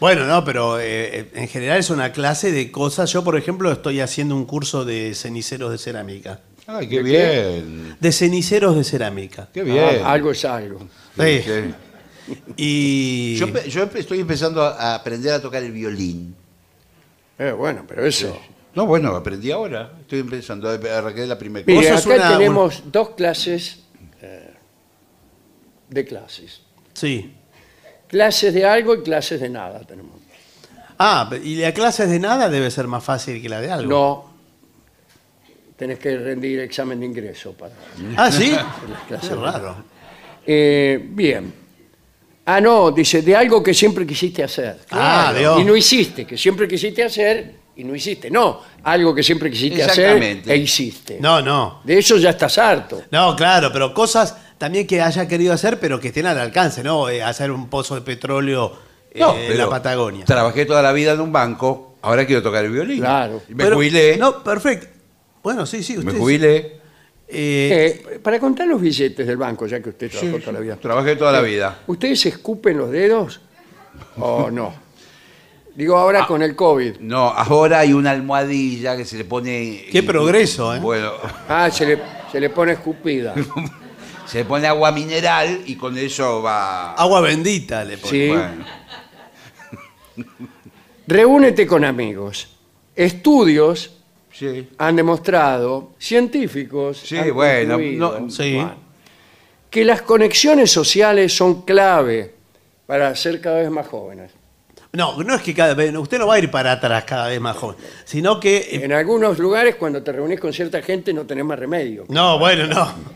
Bueno, no, pero eh, eh, en general es una clase de cosas. Yo, por ejemplo, estoy haciendo un curso de ceniceros de cerámica.
Ay, qué bien.
De ceniceros de cerámica.
Qué
Ah, algo es algo.
Sí. Y...
Yo, empe- yo empe- estoy empezando a a aprender a tocar el violín.
Eh, bueno, pero eso.
No, bueno, aprendí ahora. Estoy empezando, arranqué la primera
Vos
Mire,
sos
acá
una-
tenemos dos clases eh, de clases.
Sí.
Clases de algo y clases de nada tenemos.
Ah, y la clase de nada debe ser más fácil que la de algo.
No. Tenés que rendir examen de ingreso para.
Ah, sí.
clase
Qué
de
raro.
Eh, bien. Ah, no, dice, de algo que siempre quisiste hacer.
Ah, Dios.
Y no hiciste, que siempre quisiste hacer y no hiciste. No, algo que siempre quisiste hacer
Exactamente.
e hiciste.
No, no.
De eso ya estás harto.
No, claro, pero cosas también que haya querido hacer, pero que estén al alcance, ¿no? Eh, hacer un pozo de petróleo eh,
No,
en
pero
la Patagonia.
Trabajé toda la vida en un banco, ahora quiero tocar el violín.
Claro.
Y Me
Pero-
jubilé,
No, perfecto. Bueno, sí, sí, usted.
me jubilé.
eh,
Eh, para contar los billetes del banco, ya que usted trabajó toda la vida.
Trabajé toda la vida.
¿Ustedes escupen los dedos o no? Digo ahora
Ah.
con el COVID.
No, ahora hay una almohadilla que se le pone.
Qué progreso, ¿eh?
Bueno,
Ah, se le, se le pone escupida.
se le pone agua mineral y con eso va.
Agua bendita le pone.
Sí.
Bueno.
Reúnete con amigos. Estudios
Sí.
han demostrado, científicos,
Sí,
han
bueno,
concluido,
no-
sí.
que las conexiones sociales son clave para ser cada vez más jóvenes.
No, no es que cada vez, usted no va a ir para atrás cada vez más joven, sino que... eh,
En algunos lugares, cuando te reunís con cierta gente, no tenés más remedio.
no, bueno, no.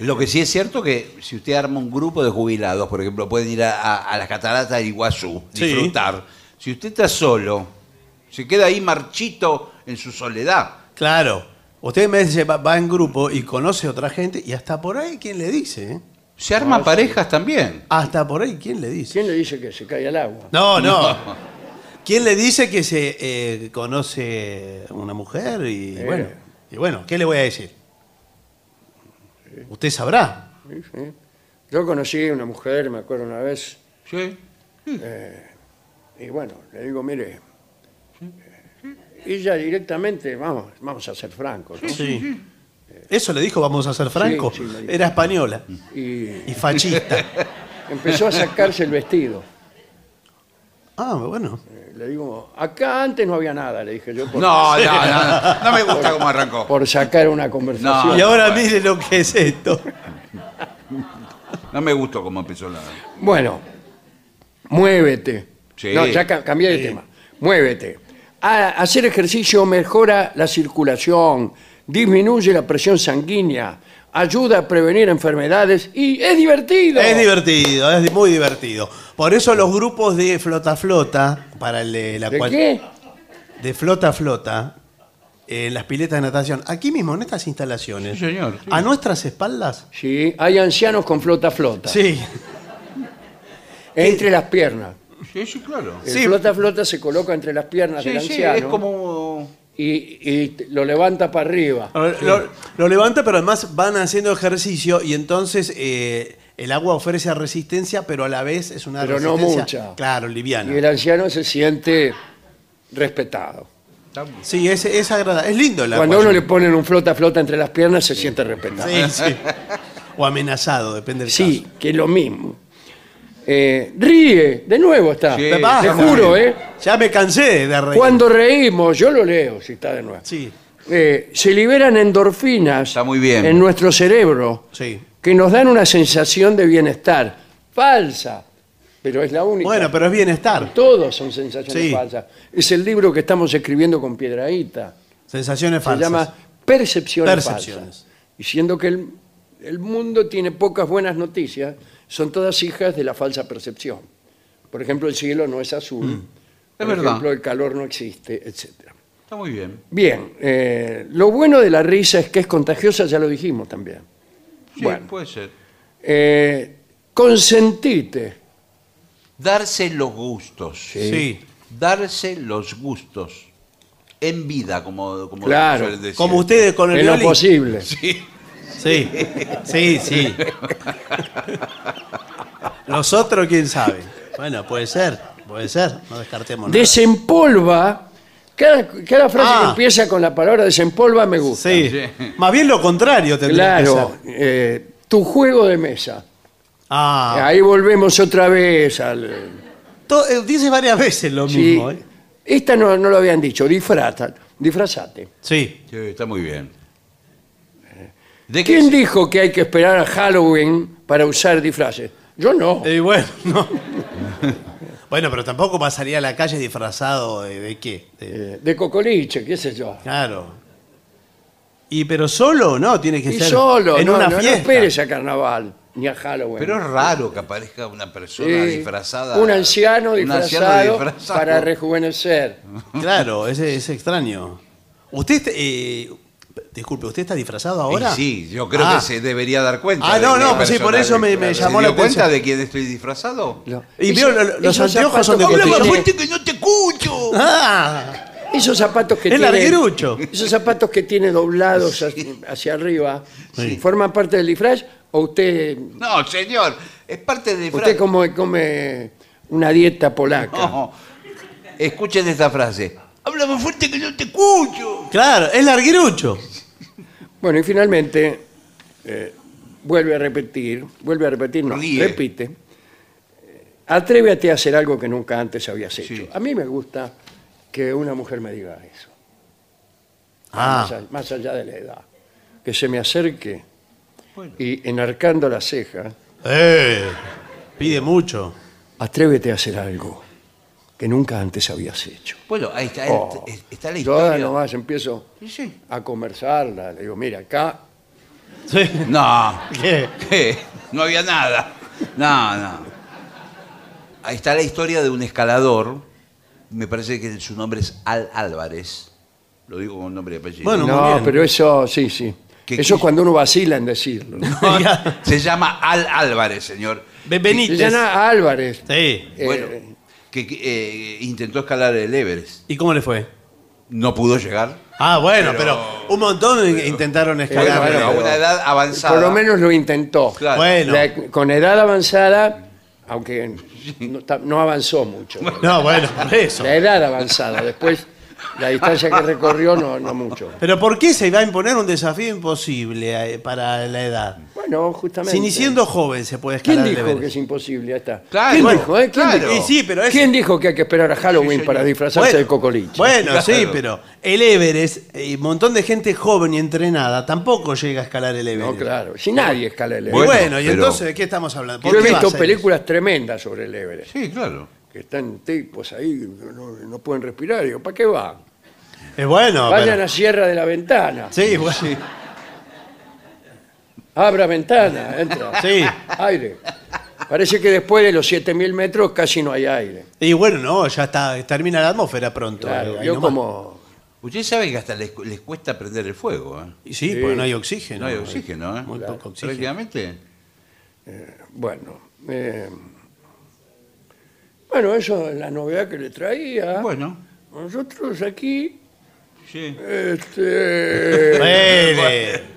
Lo que sí es cierto que si usted arma un grupo de jubilados, por ejemplo, pueden ir a, a- a las cataratas de Iguazú,
Sí.
disfrutar. Si usted está solo, se queda ahí marchito en su soledad.
Claro. Usted me dice, va, va en grupo y conoce otra gente y hasta por ahí, ¿quién le dice? eh?
Se arman parejas también.
Hasta por ahí, ¿quién le dice?
¿Quién le dice que se cae al agua?
No, no. ¿Quién le dice que se eh, conoce una mujer? Y
Eh.
bueno, y bueno, ¿qué le voy a decir? Usted sabrá.
Sí, sí. Yo conocí una mujer, me acuerdo una vez, eh,
Sí.
y bueno, le digo, mire, eh, ella directamente, vamos, vamos a ser francos, ¿no?
Sí. Eso le dijo, vamos a ser franco.
sí, le dijo.
Era española
y
y fascista.
empezó a sacarse el vestido.
Ah, bueno.
Eh, Le digo, acá antes no había nada, le dije yo, por,
No, no, no, no me gusta cómo arrancó.
por sacar una conversación.
Y ahora mire lo que es esto.
No me gustó cómo empezó la.
Bueno, muévete.
Sí.
No, ya ca- cambié de
Sí.
tema. Muévete. A- hacer ejercicio mejora la circulación, disminuye la presión sanguínea, ayuda a prevenir enfermedades y es divertido.
Es divertido, es muy divertido. Por eso los grupos de flota flota, para el de la
¿De
cual-
qué?
de flota a flota en las piletas de natación, aquí mismo en estas instalaciones,
Sí, señor, sí.
a nuestras espaldas,
Sí, hay ancianos con flota flota.
sí,
Entre las piernas.
Sí, sí, claro.
El
Sí.
flota flota se coloca entre las piernas
Sí,
del
sí,
anciano
es como.
y, y t- lo levanta para arriba.
Lo, lo levanta, pero además van haciendo ejercicio y entonces eh, el agua ofrece resistencia, pero a la vez es una
Pero no
resistencia,
mucha.
claro,
Y
liviana.
el anciano se siente respetado.
Sí, es, es agradable, es lindo el agua.
Cuando a uno le ponen un flota flota entre las piernas se siente respetado.
Sí, sí. O amenazado, depende del
Sí, que es lo mismo. Eh, ríe, de nuevo está.
Sí,
caso.
Papá,
Eh, Te
Basta,
juro,
Gabriel.
¿eh?
Ya me cansé de reír.
Cuando reímos, yo lo leo, si está de nuevo.
Sí,
Eh, se liberan endorfinas
Está muy bien.
en nuestro cerebro
sí.
que nos dan una sensación de bienestar. Falsa, pero es la única.
Bueno, pero es bienestar.
Todos son sensaciones
Sí.
falsas. Es el libro que estamos escribiendo con Piedraíta.
Sensaciones
Se
falsas.
llama Percepciones,
Percepciones.
Falsas. Diciendo que el, el mundo tiene pocas buenas noticias, son todas hijas de la falsa percepción. Por ejemplo, el cielo no es azul.
Mm.
Por
verdad.
ejemplo, el calor no existe, etc.
Está muy bien.
Bien, eh, lo bueno de la risa es que es contagiosa, ya lo dijimos también.
Sí,
Bueno.
puede ser.
Eh, consentite.
Darse los gustos.
Sí.
Darse los gustos. En vida, como, como
Claro.
suelen decir.
Como ustedes con el
En lo
violín.
posible.
Sí, sí, sí. Nosotros, quién sabe. Bueno, puede ser, puede ser. No descartemos nada.
Desempolva. Cada, cada frase
Ah.
que empieza con la palabra desempolva me gusta.
Sí. Más bien lo contrario tendría que
Claro.
ser.
eh, tu juego de mesa.
Ah,
Ahí volvemos otra vez al.
to- eh, dice varias veces lo
Sí.
mismo. ¿eh?
Esta no, no lo habían dicho, disfraza, disfrazate.
Sí.
Sí, está muy bien. ¿De qué
Eh, ¿Quién
se-
dijo que hay que esperar a Halloween para usar disfraces? Yo no.
Y bueno, no. Eh, Bueno, pero tampoco va a salir a la calle disfrazado de, de qué. De-
Eh, de cocoliche, qué sé yo.
claro. Y pero solo, ¿no? Tiene que
Y
ser
solo,
en
no,
una
no, no
fiesta.
esperes a carnaval, ni a Halloween.
Pero es raro que aparezca una persona
Sí,
disfrazada.
Un anciano
un
disfrazado,
disfrazado.
para rejuvenecer.
Claro, es, es extraño. Usted, está- eh, disculpe, ¿usted está disfrazado
Y
ahora?
Eh, sí, yo creo
Ah,
que se debería dar cuenta.
Ah,
de
no,
que
no,
la
pues sí,
persona
por eso me- me
disfrazada.
llamó
¿Se
la
dio cuenta
atención.
de quién estoy disfrazado?
Y veo lo- lo- los
esos
anteojos son de
zapatos que
cotillón.
tiene-
que no te escucho!
Ah,
Esos zapatos que
El
tiene-
larguerucho.
Esos zapatos que tiene doblados hacia, hacia arriba, ¿forman parte del disfraz o usted,
No, señor, es parte de
usted como come una dieta polaca?
Escuchen esta frase. Habla más fuerte que no te escucho.
claro, es larguirucho.
Bueno, y finalmente eh, vuelve a repetir, vuelve a repetir, no,
Ríe.
repite. eh, Atrévete a hacer algo que nunca antes habías hecho.
Sí.
A mí me gusta que una mujer me diga eso, más,
Ah,
a- más allá de la edad. Que se me acerque y enarcando la ceja,
eh, pide mucho.
atrévete a hacer algo que nunca antes habías hecho.
Bueno, ahí está,
Oh.
es- está la
Yo ahora
historia.
nomás empiezo
Sí, sí.
a conversarla, le digo, mira, acá
Sí.
No,
¿Qué?
¿qué? no había nada. No, no. Ahí está la historia de un escalador. Me parece que su nombre es Al Álvarez. Lo digo con nombre y apellido.
Bueno, muy
No,
bien.
pero eso, sí, sí.
¿Qué
eso
quiso?
es cuando uno vacila en decirlo.
se llama Al Álvarez, señor.
Se
Benítez.
llama Álvarez.
Sí.
Eh,
Bueno, que que, eh, intentó escalar el Everest.
¿Y cómo le fue?
No pudo llegar.
Ah, bueno, pero,
Pero-
un montón intentaron
Bueno,
escalar.
bueno,
pero-
a una edad avanzada.
Por lo menos lo intentó.
Claro.
Bueno.
La- con edad avanzada, aunque no, ta- no avanzó mucho.
No, bueno, por eso.
La edad avanzada, después la distancia que recorrió no, no mucho.
Pero ¿por qué se va a imponer un desafío imposible eh, para la edad?
Bueno, justamente.
Si ni siendo joven se puede
¿Quién
escalar el
dijo que es
Everest.
imposible? Ahí está.
Claro,
¿Quién
bueno,
dijo? eh? ¿Quién,
claro.
Y
dijo?
sí, pero es-
¿Quién dijo que hay que esperar a Halloween
señor.
para disfrazarse de cocoliche?
bueno,
Claro.
sí, pero el Everest, eh, un montón de gente joven y entrenada tampoco llega a escalar el Everest.
no, claro. Si nadie escala el
Y
Everest.
Bueno,
Bueno,
y
pero-
entonces, ¿de qué estamos hablando? ¿Por
Yo he
qué va a
visto
ser
películas tremendas sobre el Everest.
Sí, claro.
que están tipos ahí, no, no- no pueden respirar. Digo, ¿para qué van?
eso? Es Eh, Ah, bueno,
Vayan
pero-
a Sierra de la Ventana.
Sí, bueno, sí.
Abra ventana, entra. Aire. Parece que después de los 7.000 metros casi no hay aire.
Y bueno, no, ya está, termina la atmósfera pronto. eh,
Claro,
ahí
yo
nomás.
como...
Usted sabe que hasta les, cu- les cuesta prender el fuego. ¿eh?
Y sí, porque no hay oxígeno.
No hay oxígeno, ¿eh?
Muy poco oxígeno.
Prácticamente.
Bueno. eh, bueno, eso es la novedad que le traía.
Bueno,
Nosotros aquí...
sí.
este,
Bueno.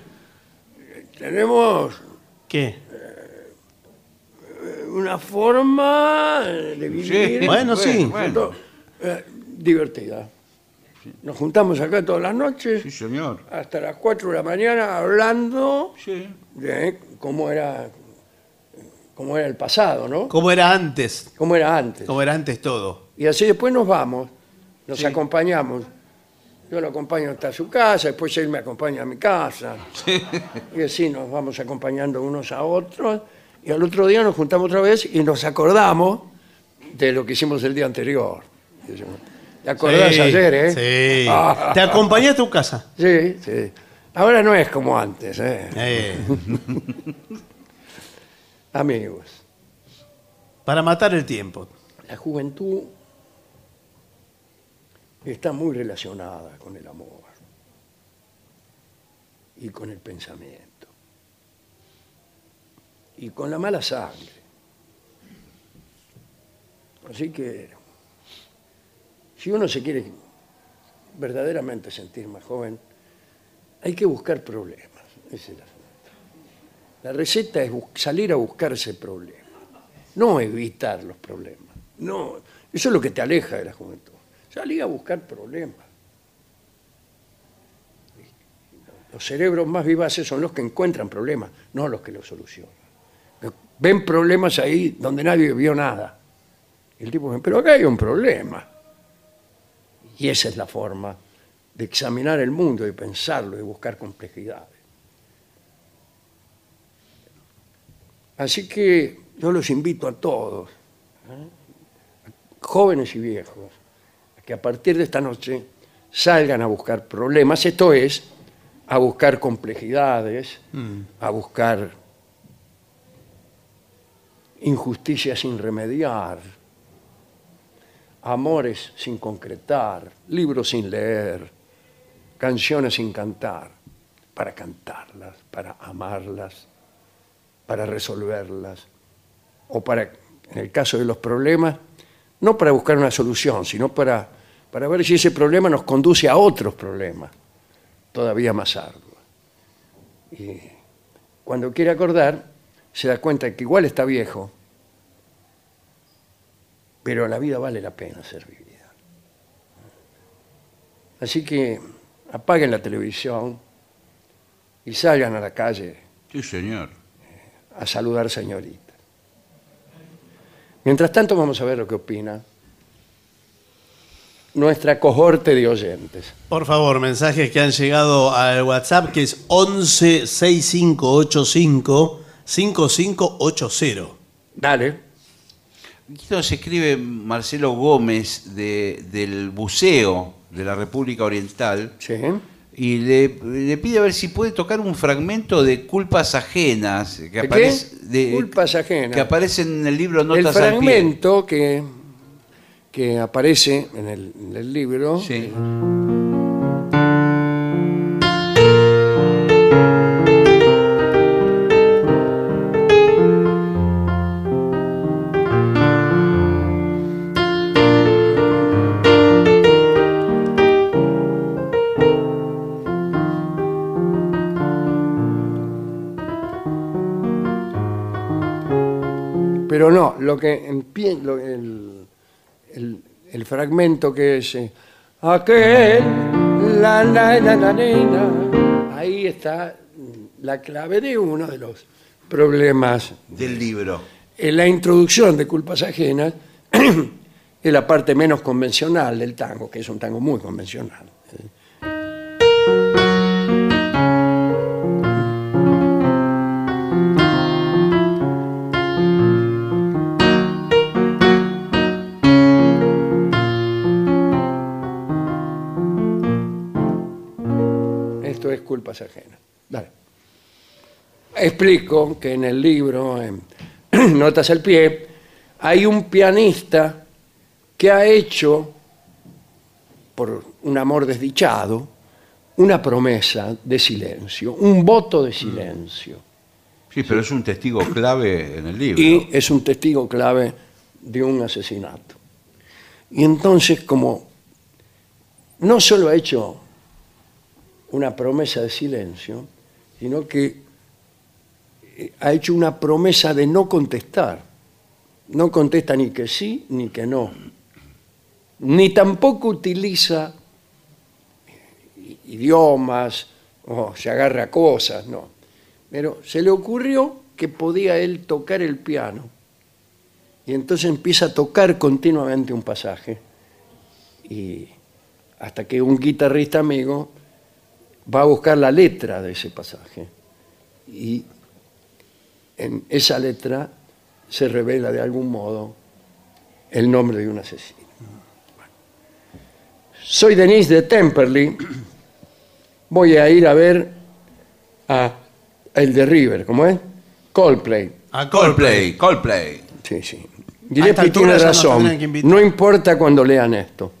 tenemos
¿Qué?
una forma de vivir...
Bueno, sí.
Bueno,
eh, divertida. Nos juntamos acá todas las noches
sí, señor.
hasta las 4 de la mañana hablando
Sí.
de cómo era cómo era el pasado, ¿no?
¿Cómo era antes?
Cómo era antes.
¿Cómo era antes todo?
Y así después nos vamos, nos acompañamos. Yo lo acompaño hasta su casa, después él me acompaña a mi casa. Y así nos vamos acompañando unos a otros. Y al otro día nos juntamos otra vez y nos acordamos de lo que hicimos el día anterior. Y decimos, ¿Te acordás
Sí,
ayer, eh?
Sí.
Ah,
Te acompañé a tu casa.
sí, sí. Ahora no es como antes, ¿eh?
Eh,
Amigos,
para matar el tiempo.
la juventud está muy relacionada con el amor y con el pensamiento y con la mala sangre. Así que, si uno se quiere verdaderamente sentir más joven, hay que buscar problemas. Ese es el asunto. La receta es bus- salir a buscarse problemas. no evitar los problemas. No, eso es lo que te aleja de la juventud. Salí a buscar problemas. Los cerebros más vivaces son los que encuentran problemas, no los que los solucionan. Que Ven problemas ahí donde nadie vio nada. Y el tipo dice, pero acá hay un problema. Y esa es la forma de examinar el mundo, de pensarlo, de buscar complejidades. Así que yo los invito a todos, ¿eh? jóvenes y viejos que a partir de esta noche salgan a buscar problemas, esto es, a buscar complejidades, a buscar injusticias sin remediar, amores sin concretar, libros sin leer, canciones sin cantar, para cantarlas, para amarlas, para resolverlas, o para, en el caso de los problemas, no para buscar una solución, sino para, para ver si ese problema nos conduce a otros problemas, todavía más arduos. Y cuando quiere acordar, se da cuenta que igual está viejo, pero la vida vale la pena ser vivida. Así que apaguen la televisión y salgan a la calle
Sí, señor.
a saludar señorita. Mientras tanto vamos a ver lo que opina nuestra cohorte de oyentes.
Por favor, mensajes que han llegado al WhatsApp que es 11 6585 5580.
Dale.
Aquí nos escribe Marcelo Gómez de- del Buceo de la República Oriental
Sí.
y le, le pide a ver si puede tocar un fragmento de Culpas Ajenas que,
qué?
aparece, de-
Culpas Ajenas.
que aparece en el libro
El
Notas al Pie.
fragmento que, que aparece en el, en el libro
Sí.
Pero no, lo que empie- lo- el, el- el fragmento que es eh, aquel la la la la nena. Ahí está la clave de uno de los problemas.
Del libro.
En la introducción de culpas ajenas es la parte menos convencional del tango, que es un tango muy convencional. Esto es culpas ajenas. Dale. Explico que en el libro, en Notas al Pie, hay un pianista que ha hecho, por un amor desdichado, una promesa de silencio, un voto de silencio.
Sí, pero es un testigo clave en el libro.
Y es un testigo clave de un asesinato. Y entonces, como no solo ha hecho una promesa de silencio, sino que eh, ha hecho una promesa de no contestar. No contesta ni que sí ni que no. Ni tampoco utiliza i- idiomas o se agarra a cosas, no. Pero se le ocurrió que podía él tocar el piano. Y entonces empieza a tocar continuamente un pasaje. Y hasta que un guitarrista amigo va a buscar la letra de ese pasaje. Y en esa letra se revela de algún modo el nombre de un asesino. Bueno. Soy Denise de Temperley. Voy a ir a ver a el de River, ¿cómo es? Coldplay.
A
Ah, Coldplay, Coldplay.
Sí, sí. Gillespie
altura
tiene
ya nos
razón.
tendrían que invitar.
No importa cuando lean esto.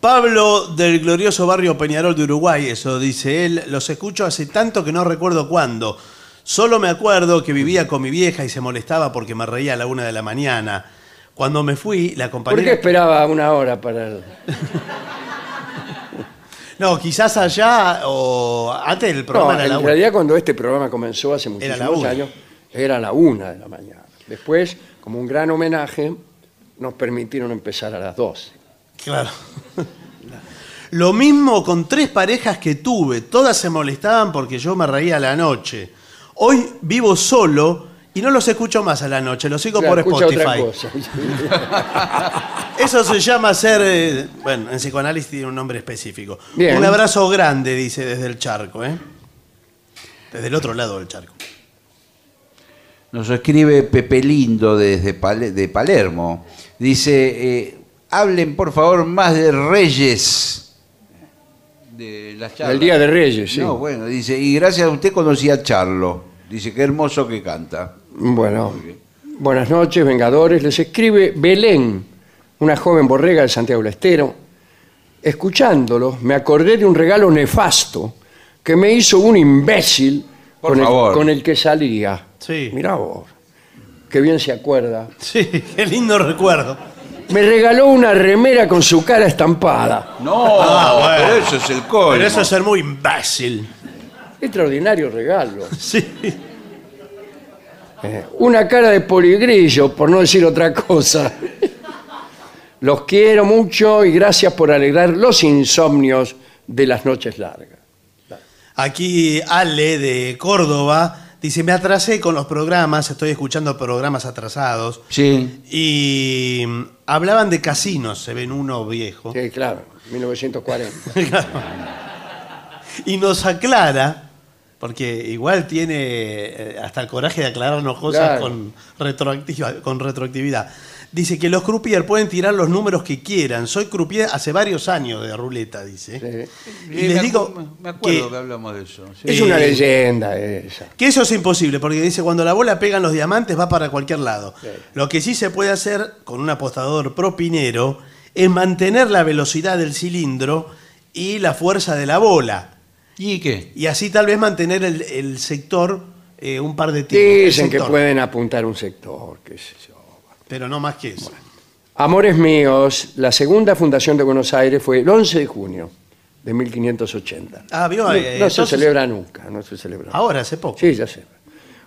Pablo del glorioso barrio Peñarol de Uruguay, eso dice él. Los escucho hace tanto que no recuerdo cuándo. Solo me acuerdo que vivía con mi vieja y se molestaba porque me reía a la una de la mañana. Cuando me fui,
¿Por
la
qué
compañera.
esperaba una hora para el-
No, quizás allá o antes del
No,
programa era la
en
una.
realidad cuando este programa comenzó hace
la
muchísimos
una.
años, era la una de la mañana. Después, como un gran homenaje, nos permitieron empezar a las 12.
Claro. Lo mismo con tres parejas que tuve. Todas se molestaban porque yo me reía a la noche. Hoy vivo solo y no los escucho más a la noche. Los sigo
Claro,
por
escucha
Spotify.
otra cosa.
Eso se llama ser. eh, bueno, en psicoanálisis tiene un nombre específico.
Bien.
Un abrazo grande, dice, desde el charco, ¿eh? Desde el otro lado del charco.
Nos escribe Pepe Lindo desde Pal- de Palermo. Dice, eh, hablen por favor más de Reyes. De las charlas.
El Día de Reyes, sí.
No, bueno, dice, y gracias a usted conocí a Charlo. Dice, qué hermoso que canta.
Bueno, buenas noches, Vengadores. Les escribe Belén, una joven borrega de Santiago del Estero. Escuchándolos, me acordé de un regalo nefasto que me hizo un imbécil
Por
con,
favor.
El, con el que salía.
Sí.
Mirá vos, qué bien se acuerda.
Sí, qué lindo recuerdo.
Me regaló una remera con su cara estampada.
No,
Ah, bueno.
pero eso es el colmo.
Pero eso es ser muy imbécil.
Extraordinario regalo.
Sí.
Eh, Una cara de poligrillo, por no decir otra cosa. Los quiero mucho y gracias por alegrar los insomnios de las noches largas.
Aquí Ale de Córdoba dice, me atrasé con los programas, estoy escuchando programas atrasados.
Sí.
Y mm, hablaban de casinos, se ven uno viejo.
Sí, claro, 1940.
Y nos aclara, porque igual tiene eh, hasta el coraje de aclararnos cosas
Claro.
con, retroactiva- con retroactividad. Dice que los croupier pueden tirar los números que quieran. Soy croupier hace varios años de ruleta, dice.
Sí.
Y les
me acu-
digo
me acuerdo que,
que-
hablamos de eso. sí.
Es una leyenda esa.
Que eso es imposible, porque dice, cuando la bola pega en los diamantes va para cualquier lado. Lo que sí se puede hacer con un apostador propinero es mantener la velocidad del cilindro y la fuerza de la bola.
¿Y qué?
Y así tal vez mantener el, el sector eh, un par de tiros. el
Dicen que
sector,
pueden apuntar un sector, qué sé yo.
Pero no más que eso.
Amores míos, la segunda fundación de Buenos Aires fue el 11 de junio de 1580.
Ah, vio,
No,
eh,
no se
entonces- Ah,
celebra nunca, no se celebra.
Ahora, hace poco.
Sí, ya sé.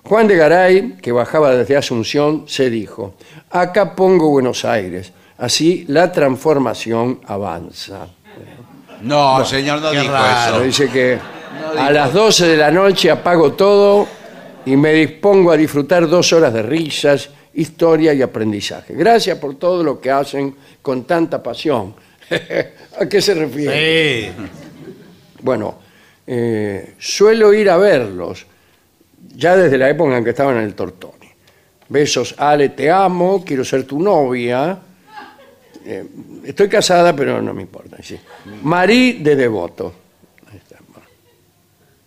Juan de Garay, que bajaba desde Asunción, se dijo, acá pongo Buenos Aires, así la transformación avanza.
No, señor, no
qué
dijo
raro.
eso.
Pero dice que
No
a
digo-
las 12 de la noche apago todo y me dispongo a disfrutar dos horas de risas, historia y aprendizaje. Gracias por todo lo que hacen con tanta pasión. ¿A qué se refiere?
Sí.
Bueno, eh, suelo ir a verlos, ya desde la época en que estaban en el Tortoni. Besos, Ale, te amo, quiero ser tu novia. Eh, estoy casada, pero no me importa. sí. Marí de Devoto. Ahí está, bueno.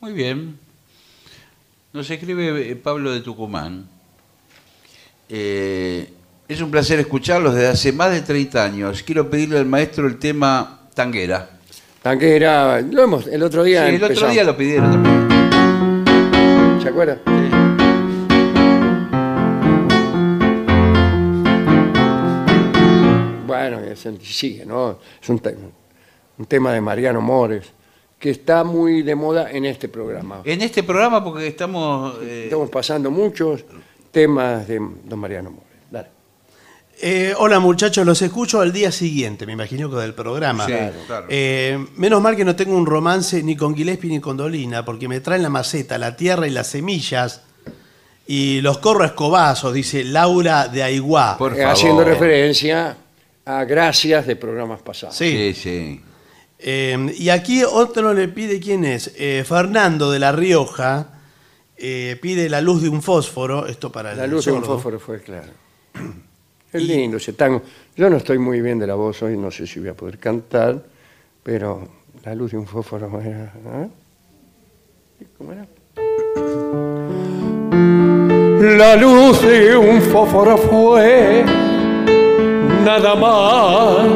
Muy bien. Nos escribe eh, Pablo de Tucumán. Eh, es un placer escucharlos desde hace más de 30 años. Quiero pedirle al maestro el tema tanguera.
Tanquera, lo hemos, el otro
Sí,
día
el otro
empezamos,
día lo pidieron. también.
¿Se acuerdan? Bueno, es el- sigue, ¿no? Es un, te- un tema de Mariano Mores que está muy de moda en este programa.
En este programa, porque estamos. eh,
Estamos pasando muchos temas de don Mariano Mores. Dale.
Eh, hola muchachos, los escucho al día siguiente, me imagino que del programa.
Sí, claro.
Eh, menos mal que no tengo un romance ni con Gillespie ni con Dolina, porque me traen la maceta, la tierra y las semillas y los corro a escobazos, dice Laura de Aiguá.
Por
Eh,
favor.
Haciendo referencia a gracias de programas pasados.
Sí.
sí, sí.
Eh, y aquí otro le pide quién es. Eh, Fernando de La Rioja eh, pide la luz de un fósforo, esto para
La
el
luz de un
sordo.
fósforo fue claro. Es lindo ese tango. Yo no estoy muy bien de la voz hoy, no sé si voy a poder cantar, pero la luz de un fósforo era. ¿ah? ¿Cómo era? La luz de un fósforo fue nada más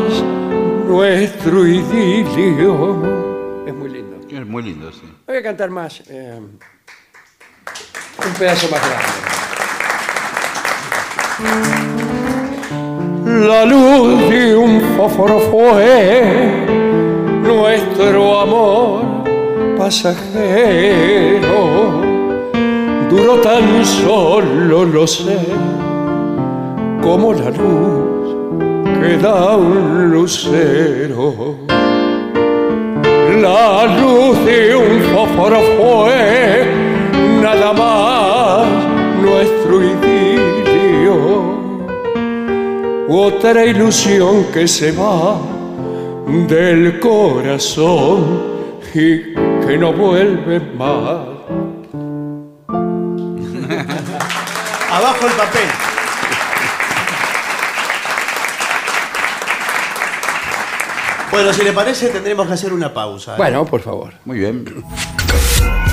nuestro idilio. Es muy lindo.
Es muy lindo, sí.
Voy a cantar más. eh, un pedazo más grande. La luz de un fósforo fue nuestro amor pasajero. Duró tan solo, lo sé, como la luz que da un lucero. La luz de un fósforo fue nada más nuestro idilio. Otra ilusión que se va del corazón y que no vuelve más.
Abajo el papel. Bueno, si le parece, tendremos que hacer una pausa. ¿eh?
Bueno, por favor.
Muy bien.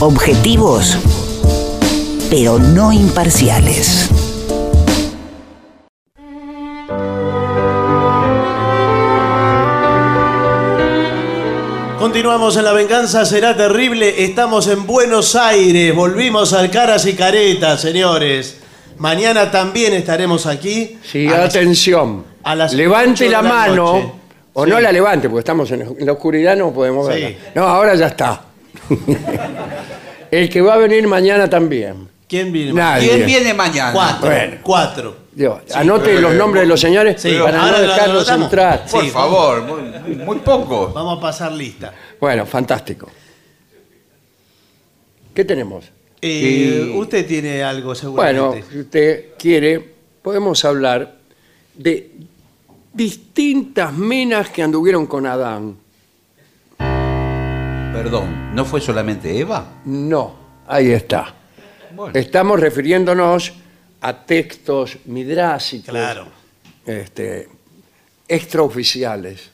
Objetivos, pero no imparciales.
Continuamos en La Venganza Será Terrible. Estamos en Buenos Aires. Volvimos al Caras y Caretas, señores. Mañana también estaremos aquí. Ah,
Sí,
A las-
atención.
a las
levante
ocho
la,
de la
mano
noche.
o no la levante, porque estamos en, en la oscuridad, no podemos
Sí.
verla. No, ahora ya está. El que va a venir mañana también.
¿Quién viene?
Nadie.
¿Quién viene mañana?
Cuatro.
Bueno.
Cuatro.
Digo, anote los nombres de los señores
Sí,
para no
ahora lo- lo
dejarlos
anotamos.
entrar.
Por
Sí,
favor, muy, muy poco.
Vamos a pasar lista.
Bueno, fantástico. ¿Qué tenemos?
Eh, Usted tiene algo seguramente.
Bueno, si usted quiere, podemos hablar de distintas minas que anduvieron con Adán.
Perdón, ¿no fue solamente Eva?
No, ahí está.
Bueno.
Estamos refiriéndonos a textos midrásicos,
Claro.
este, extraoficiales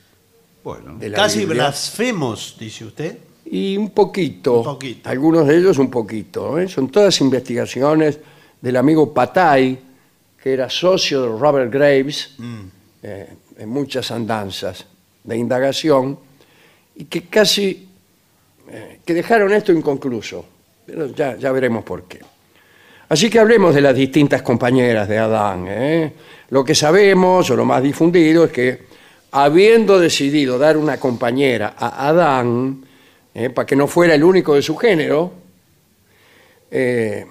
Bueno.
de la
Casi
Biblia.
blasfemos, dice usted.
Y un poquito,
Un poquito.
algunos de ellos un poquito. ¿eh? Son todas investigaciones del amigo Patay, que era socio de Robert Graves,
Mm.
eh, en muchas andanzas de indagación, y que casi, eh, que dejaron esto inconcluso. Pero ya, ya veremos por qué. Así que hablemos de las distintas compañeras de Adán. ¿eh? Lo que sabemos, o lo más difundido, es que habiendo decidido dar una compañera a Adán, ¿eh? para que no fuera el único de su género, eh,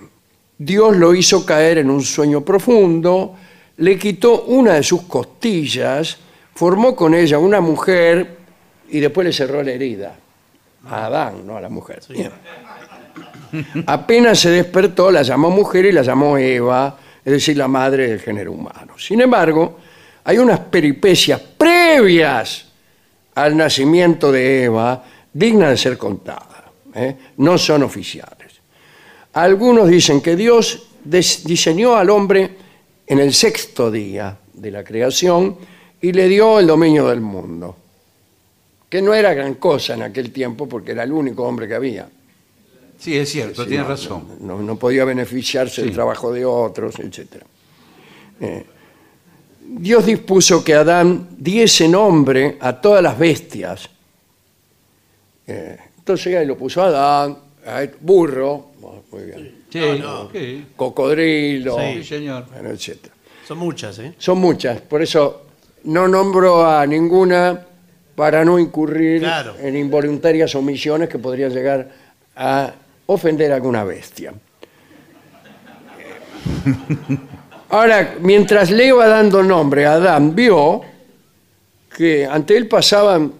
Dios lo hizo caer en un sueño profundo, le quitó una de sus costillas, formó con ella una mujer y después le cerró la herida. A Adán, no a la mujer. Bien. Apenas se despertó, la llamó mujer y la llamó Eva, es decir, la madre del género humano. Sin embargo, hay unas peripecias previas al nacimiento de Eva dignas de ser contadas. ¿eh? No son oficiales. Algunos dicen que Dios des- diseñó al hombre en el sexto día de la creación y le dio el dominio del mundo, que no era gran cosa en aquel tiempo porque era el único hombre que había.
Sí, es cierto, tiene razón.
No, no podía beneficiarse del
Sí.
trabajo de otros, etc. Eh, Dios dispuso que Adán diese nombre a todas las bestias. Eh, entonces ahí lo puso Adán, ahí, burro, bueno, muy bien,
Sí, sí,
cocodrilo,
sí, señor.
bueno, etc.
Son muchas, ¿eh?
Son muchas, por eso no nombro a ninguna para no incurrir
Claro.
en involuntarias omisiones que podrían llegar a ofender a alguna bestia. Ahora, mientras le iba dando nombre a Adán, vio que ante él pasaban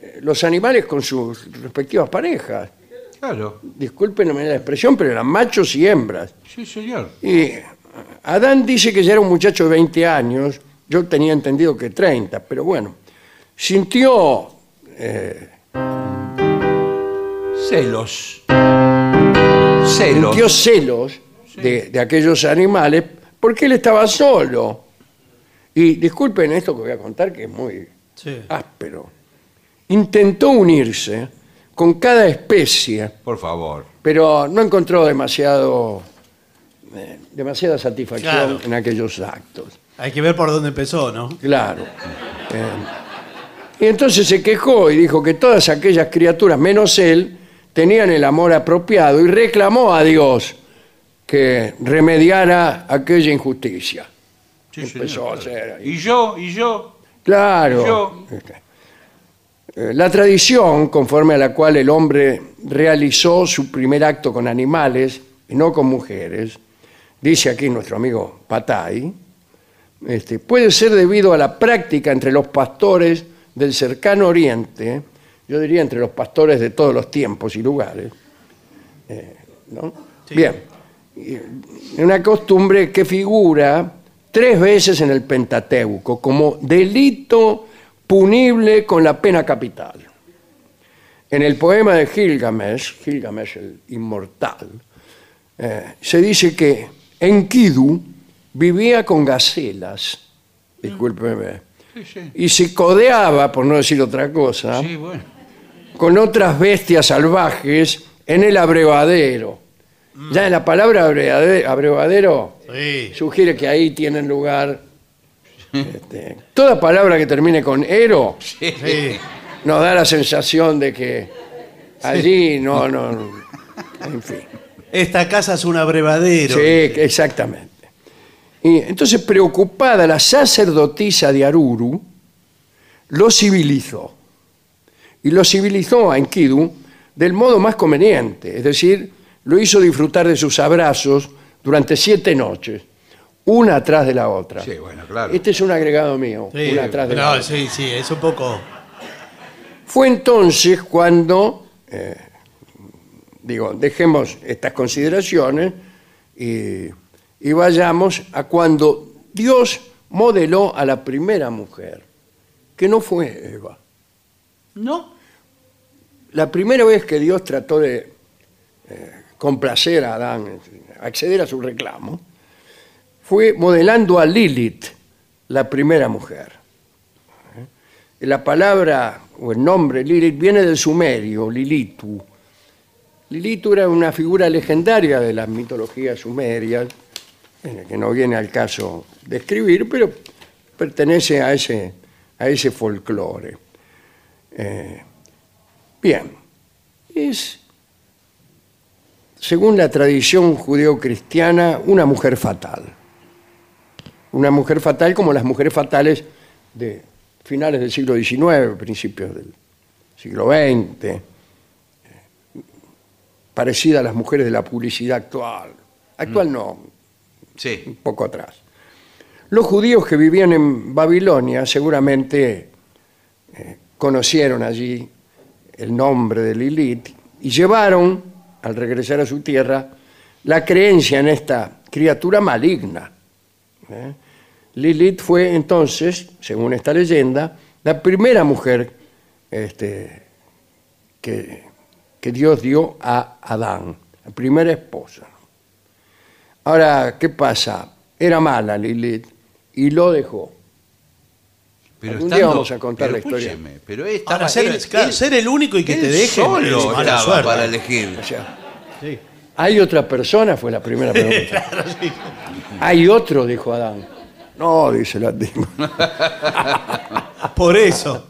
eh, los animales con sus respectivas parejas.
Claro,
Discúlpenme la expresión, pero eran machos y hembras.
sí, señor.
Y Adán dice que ya era un muchacho de 20 años, yo tenía entendido que 30, pero bueno, sintió eh,
Celos. Celos.
sintió celos de, de aquellos animales porque él estaba solo. Y disculpen esto que voy a contar, que es muy
Sí.
áspero. Intentó unirse con cada especie,
Por favor.
pero no encontró demasiado, eh, demasiada satisfacción
Claro.
en aquellos actos.
Hay que ver por dónde empezó, ¿no?
Claro. Eh, y entonces se quejó y dijo que todas aquellas criaturas, menos él, tenían el amor apropiado y reclamó a Dios que remediara aquella injusticia.
Sí,
Empezó a hacer ahí.
Y yo, y yo.
Claro.
Yo-
Eh, La tradición conforme a la cual el hombre realizó su primer acto con animales y no con mujeres, dice aquí nuestro amigo Patay, este, puede ser debido a la práctica entre los pastores del cercano oriente, yo diría entre los pastores de todos los tiempos y lugares, eh, ¿no? Bien, Y una costumbre que figura tres veces en el Pentateuco como delito punible con la pena capital. En el poema de Gilgamesh, Gilgamesh el inmortal, eh, se dice que Enkidu vivía con gacelas, discúlpeme,
Sí, sí.
y se codeaba, por no decir otra cosa,
Sí, bueno.
con otras bestias salvajes en el abrevadero.
Mm.
Ya en la palabra abrevade- abrevadero
Sí.
sugiere que ahí tienen lugar este, toda palabra que termine con ero
Sí.
nos da la sensación de que allí no, no, no, en fin.
Esta casa es un abrevadero.
Sí, exactamente. Y entonces, preocupada, la sacerdotisa de Aruru lo civilizó. Y lo civilizó a Enkidu del modo más conveniente, es decir, lo hizo disfrutar de sus abrazos durante siete noches, una atrás de la otra.
Sí, bueno, claro.
Este es un agregado mío,
Sí.
una atrás de la
No,
otra.
sí, sí, es un poco.
Fue entonces cuando, eh, digo, dejemos estas consideraciones y, y vayamos a cuando Dios modeló a la primera mujer, que no fue Eva.
No.
La primera vez que Dios trató de eh, complacer a Adán, acceder a su reclamo, fue modelando a Lilith, la primera mujer. ¿Eh? La palabra o el nombre Lilith viene del sumerio, Lilitu. Lilitu era una figura legendaria de las mitologías sumerias, eh, que no viene al caso de escribir, pero pertenece a ese, a ese folclore. Eh, Bien, es, según la tradición judeocristiana, una mujer fatal. Una mujer fatal como las mujeres fatales de finales del siglo XIX, principios del siglo XX, eh, parecida a las mujeres de la publicidad actual. Actual no, un
Sí.
poco atrás. Los judíos que vivían en Babilonia seguramente eh, conocieron allí el nombre de Lilith y llevaron, al regresar a su tierra, la creencia en esta criatura maligna. ¿eh? Lilith fue entonces, según esta leyenda, la primera mujer este, que, que Dios dio a Adán, la primera esposa. Ahora, ¿qué pasa? Era mala Lilith y lo dejó.
Pero
Algún día
estando-
vamos a contar
pero
la historia.
escúcheme, Pero estaba
Ahora, ser,
Ah, él-
claro,
él-
ser el único y que
él
te deje.
solo
es mala
estaba
suerte.
para elegir.
O sea,
Sí.
¿hay otra persona? Fue la primera pregunta. ¿Hay otro? Dijo Adán. No, dice la dima.
Ah, Por eso.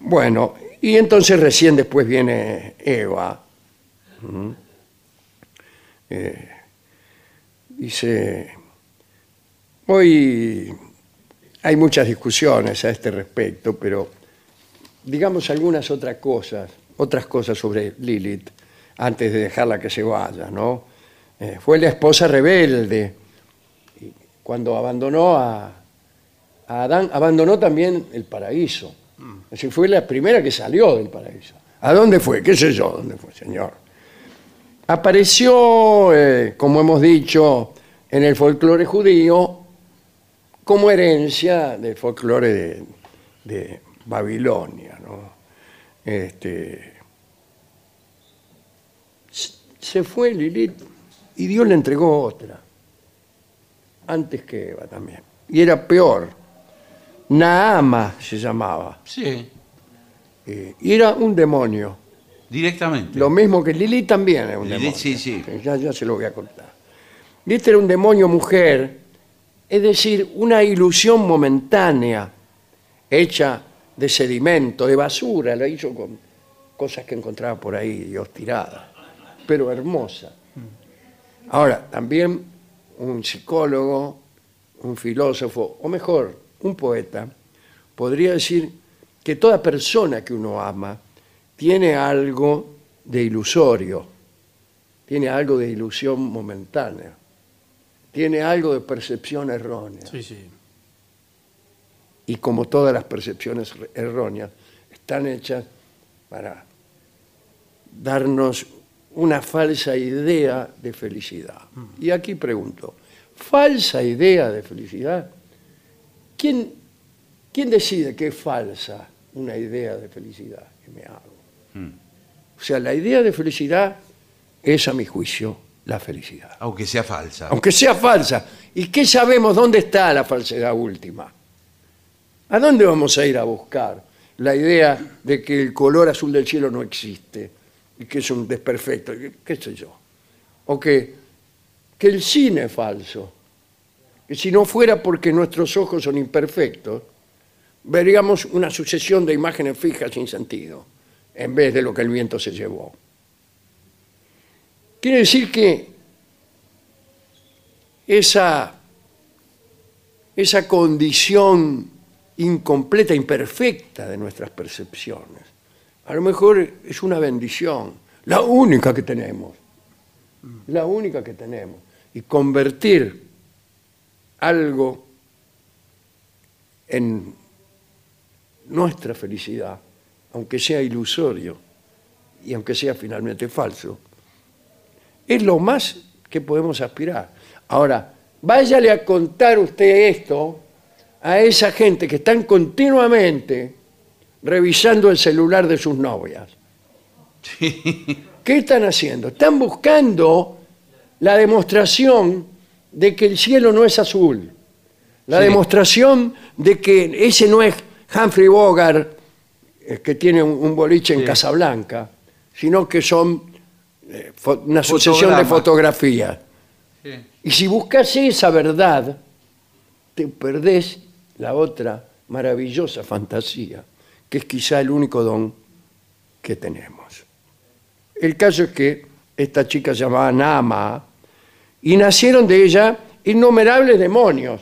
Bueno, y entonces recién después viene Eva. ¿Mm? Eh, dice, hoy hay muchas discusiones a este respecto, pero digamos algunas otras cosas, otras cosas sobre Lilith antes de dejarla que se vaya, ¿no? Eh, fue la esposa rebelde. Y Cuando abandonó a, a Adán, abandonó también el paraíso. Es decir, fue la primera que salió del paraíso. ¿A dónde fue? ¿Qué sé yo dónde fue, señor? Apareció, eh, como hemos dicho, en el folclore judío como herencia del folclore de, de Babilonia. ¿no? Este, se- se fue Lilith y Dios le entregó otra, antes que Eva también. Y era peor. Naama se llamaba.
Sí,
eh, y era un demonio.
directamente.
Lo mismo que Lilith también es un
Lilith,
demonio.
sí, sí.
Ya, ya se lo voy a contar. Y este era un demonio mujer, es decir, una ilusión momentánea hecha de sedimento, de basura, la hizo con cosas que encontraba por ahí, Dios tirada, pero hermosa. Ahora, también un psicólogo, un filósofo, o mejor, un poeta, podría decir que toda persona que uno ama tiene algo de ilusorio tiene algo de ilusión momentánea, tiene algo de percepción errónea.
Sí, sí.
Y como todas las percepciones re- erróneas, están hechas para darnos una falsa idea de felicidad. Y aquí pregunto, ¿falsa idea de felicidad? ¿Quién, quién decide que es falsa una idea de felicidad que me hago? O sea, la idea de felicidad es, a mi juicio, la felicidad.
Aunque sea falsa.
Aunque sea falsa. ¿Y qué sabemos dónde está la falsedad última? ¿A dónde vamos a ir a buscar la idea de que el color azul del cielo no existe y que es un desperfecto? y ¿Qué sé yo? O que, que el cine es falso. Que si no fuera porque nuestros ojos son imperfectos, veríamos una sucesión de imágenes fijas sin sentido, en vez de lo que el viento se llevó. Quiere decir que esa, esa condición incompleta, imperfecta de nuestras percepciones. A lo mejor es una bendición, la única que tenemos, la única que tenemos. Y convertir algo en nuestra felicidad, aunque sea ilusorio y aunque sea finalmente falso, es lo más que podemos aspirar. Ahora, váyale a contar usted esto a esa gente que están continuamente revisando el celular de sus novias. ¿Qué están haciendo? Están buscando la demostración de que el cielo no es azul. La demostración de que ese no es Humphrey Bogart eh, que tiene un, un boliche en Casablanca, sino que son eh, fo- una sucesión de
Fotogramas.
fotografías.
Sí.
Y si buscas esa verdad, te perdés la otra maravillosa fantasía, que es quizá el único don que tenemos. El caso es que esta chica se llamaba Nama y nacieron de ella innumerables demonios,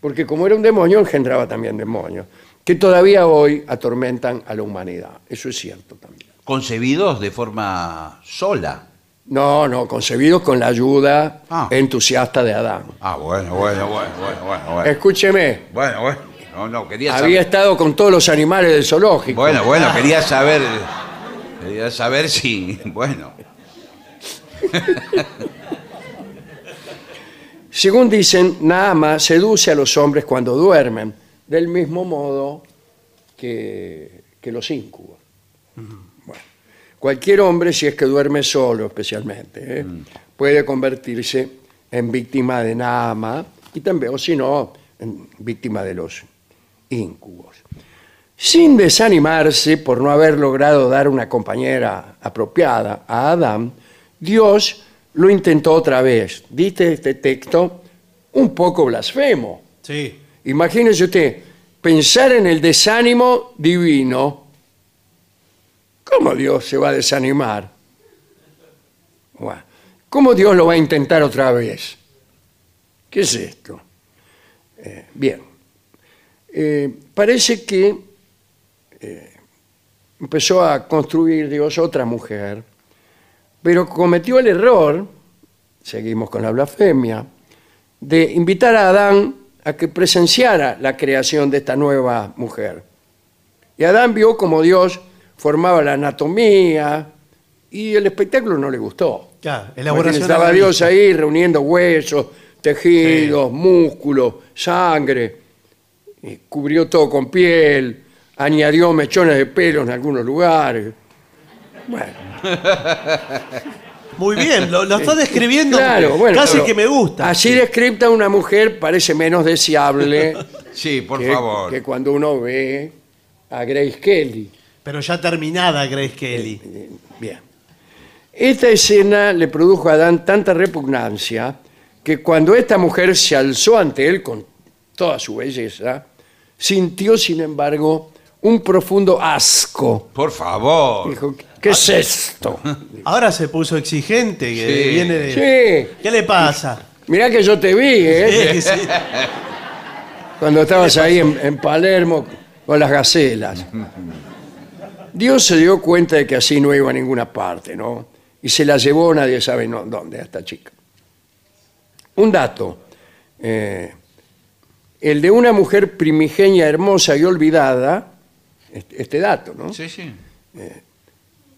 porque como era un demonio, engendraba también demonios, que todavía hoy atormentan a la humanidad. Eso es cierto también.
Concebidos de forma sola.
No, no, concebidos con la ayuda
Ah.
entusiasta de Adán.
Ah, bueno, bueno, bueno, bueno, bueno. Bueno,
Escúcheme,
bueno. bueno. No, no, quería
había
saber.
estado con todos los animales del zoológico.
Bueno, bueno, quería saber. Quería saber si. Bueno.
Según dicen, Naama seduce a los hombres cuando duermen, del mismo modo que, que los incubos. Bueno, cualquier hombre, si es que duerme solo especialmente, ¿eh? puede convertirse en víctima de Naama y también, o si no, en víctima de los incubos. Sin desanimarse por no haber logrado dar una compañera apropiada a Adán, Dios lo intentó otra vez. Diste este texto un poco blasfemo.
Sí.
Imagínese usted, pensar en el desánimo divino. ¿Cómo Dios se va a desanimar? Buah, ¿Cómo Dios lo va a intentar otra vez? ¿Qué es esto? Eh, bien. Eh, parece que eh, empezó a construir Dios otra mujer, pero cometió el error, seguimos con la blasfemia, de invitar a Adán a que presenciara la creación de esta nueva mujer. Y Adán vio como Dios formaba la anatomía y el espectáculo no le gustó.
Claro, elaboración
Estaba
analítica.
Dios ahí reuniendo huesos, tejidos, músculos, sangre, y cubrió todo con piel, añadió mechones de pelo en algunos lugares. Bueno,
Muy bien, lo, lo está describiendo
claro, bueno.
casi
pero
que me gusta.
Así descripta una mujer parece menos deseable
Sí, por
que,
favor.
que cuando uno ve a Grace Kelly.
Pero ya terminada, Grace Kelly.
Eh, Bien. Esta escena le produjo a Adán tanta repugnancia que cuando esta mujer se alzó ante él con toda su belleza, sintió, sin embargo, un profundo asco.
Por favor.
Dijo, ¿qué es esto?
Ahora se puso exigente, que
Sí.
viene de...
eh. Sí,
¿Qué le pasa?
mirá que yo te vi, ¿eh?
Sí, sí.
Cuando estabas ahí en, en Palermo con las gacelas. Dios se dio cuenta de que así no iba a ninguna parte, ¿no? y se la llevó nadie sabe no- dónde a esta chica. Un dato, eh, el de una mujer primigenia hermosa y olvidada, este, este dato, ¿no?
Sí, sí.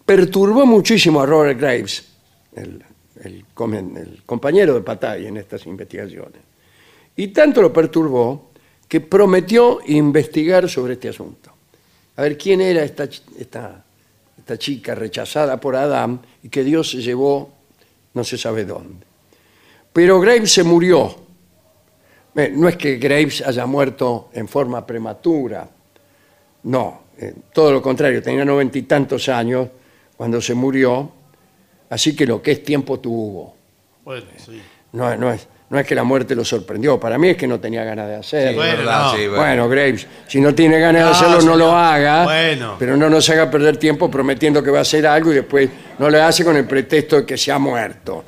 perturbó muchísimo a Robert Graves, el, el comen- el compañero de Patay en estas investigaciones. Y tanto lo perturbó que prometió investigar sobre este asunto. A ver quién era esta, ch- esta, esta chica rechazada por Adam y que Dios se llevó no se sabe dónde. Pero Graves se murió. Eh, No es que Graves haya muerto en forma prematura, no, eh, todo lo contrario, tenía noventa y tantos años cuando se murió, así que lo que es tiempo tuvo.
Bueno, sí.
No, es- no es, no es que la muerte lo sorprendió, para mí es que no tenía ganas de hacerlo.
Bueno, no.
bueno.
Bueno, Graves, si no tiene ganas de
No,
hacerlo, no
señor.
lo haga.
Bueno.
Pero no nos haga perder tiempo prometiendo que va a hacer algo y después no lo hace con el pretexto de que se ha muerto.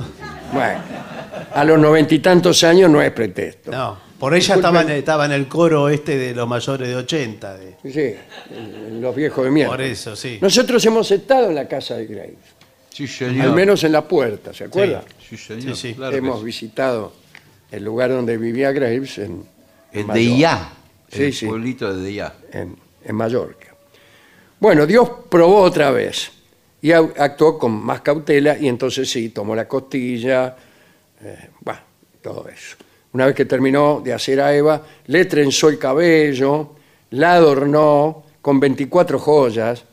Bueno, a los noventa y tantos años no es pretexto.
No, por ella
Disculpen.
estaba en, estaba en el coro este de los mayores de 80. de-
Sí, eh, los viejos de mierda.
por eso, sí.
Nosotros hemos estado en la casa de Graves.
Sí, señor.
Al menos en la puerta, ¿se acuerda?
Sí, señor.
Sí, sí.
claro que
Hemos
sí.
visitado el lugar donde vivía Graves en, en
El de
Mallorca,
Iá.
Sí,
el
sí.
pueblito de Iá.
En, en Mallorca. Bueno, Dios probó otra vez y au- actuó con más cautela y entonces sí, tomó la costilla, eh, bueno, todo eso. Una vez que terminó de hacer a Eva, le trenzó el cabello, la adornó con 24 joyas,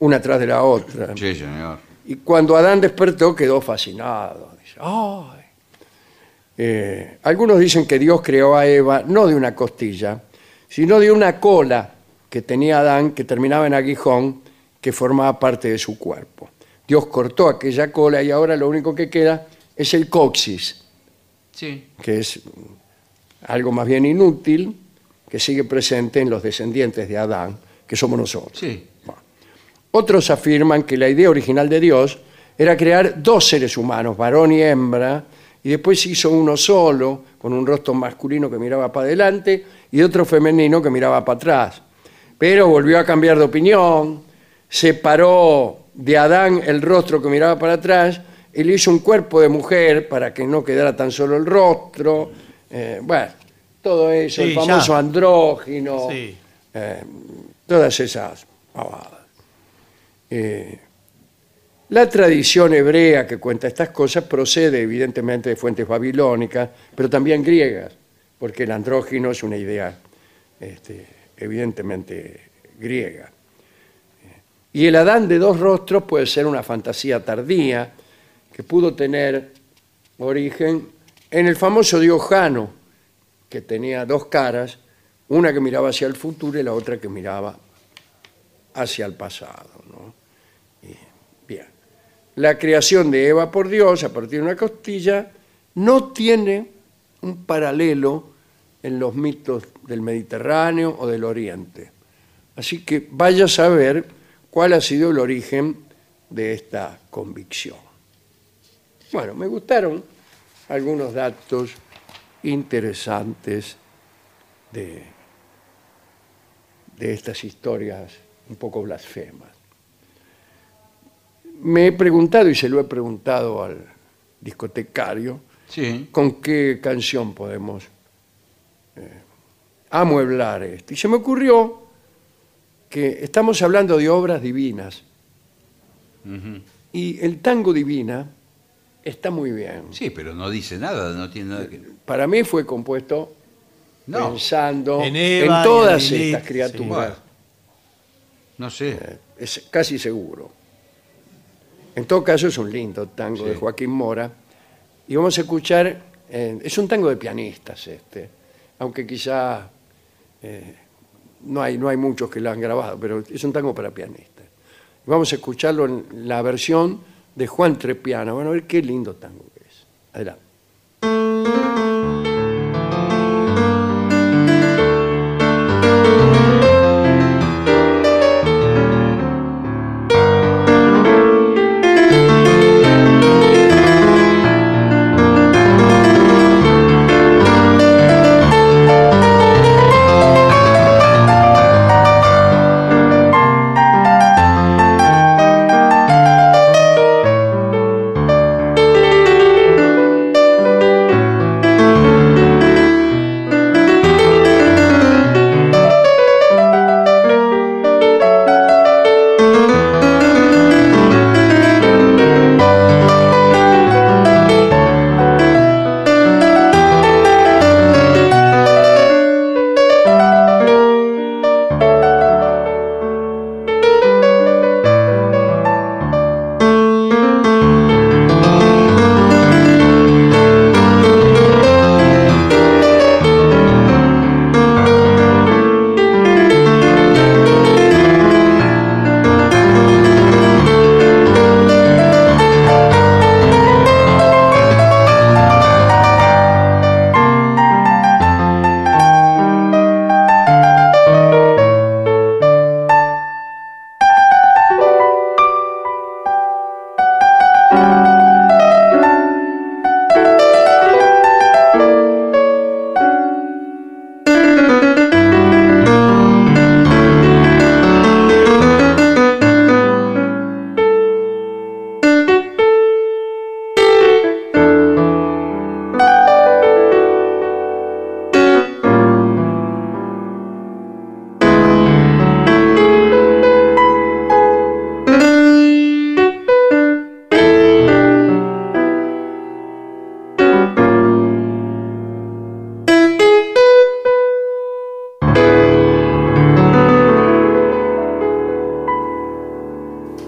una tras de la otra.
Sí, señor.
Y cuando Adán despertó quedó fascinado. Dice, "Ay". Eh, algunos dicen que Dios creó a Eva no de una costilla, sino de una cola que tenía Adán que terminaba en aguijón que formaba parte de su cuerpo. Dios cortó aquella cola y ahora lo único que queda es el coxis,
Sí.
que es algo más bien inútil que sigue presente en los descendientes de Adán, que somos nosotros.
Sí.
Otros afirman que la idea original de Dios era crear dos seres humanos, varón y hembra, y después hizo uno solo, con un rostro masculino que miraba para adelante y otro femenino que miraba para atrás. Pero volvió a cambiar de opinión, separó de Adán el rostro que miraba para atrás y le hizo un cuerpo de mujer para que no quedara tan solo el rostro. Eh, bueno, todo eso,
Sí,
el famoso
ya.
andrógino eh,
Sí.
todas esas pavadas. Eh, la tradición hebrea que cuenta estas cosas procede evidentemente de fuentes babilónicas, pero también griegas, porque el andrógino es una idea este, evidentemente griega. Eh, Y el Adán de dos rostros puede ser una fantasía tardía que pudo tener origen en el famoso dios Jano, que tenía dos caras, una que miraba hacia el futuro y la otra que miraba hacia el pasado. ¿no? Y, bien. La creación de Eva por Dios a partir de una costilla no tiene un paralelo en los mitos del Mediterráneo o del Oriente. Así que vaya a saber cuál ha sido el origen de esta convicción. Bueno, me gustaron algunos datos interesantes de, de estas historias un poco blasfemas. Me he preguntado y se lo he preguntado al discotecario
Sí.
con qué canción podemos eh, amueblar esto. Y se me ocurrió que estamos hablando de obras divinas y el tango divina está muy bien.
Sí, pero no dice nada, no tiene nada que.
Para mí fue compuesto
No.
pensando en,
En Eva y
todas
en Lilith,
estas criaturas.
Bueno. No sé.
Es casi seguro. En todo caso es un lindo tango de
Sí.
Joaquín Mora. Y vamos a escuchar, eh, es un tango de pianistas este, aunque quizá eh, no, hay, no hay muchos que lo han grabado, pero es un tango para pianistas. Vamos a escucharlo en la versión de Juan Trepiano. Van a ver qué lindo tango que es. Adelante.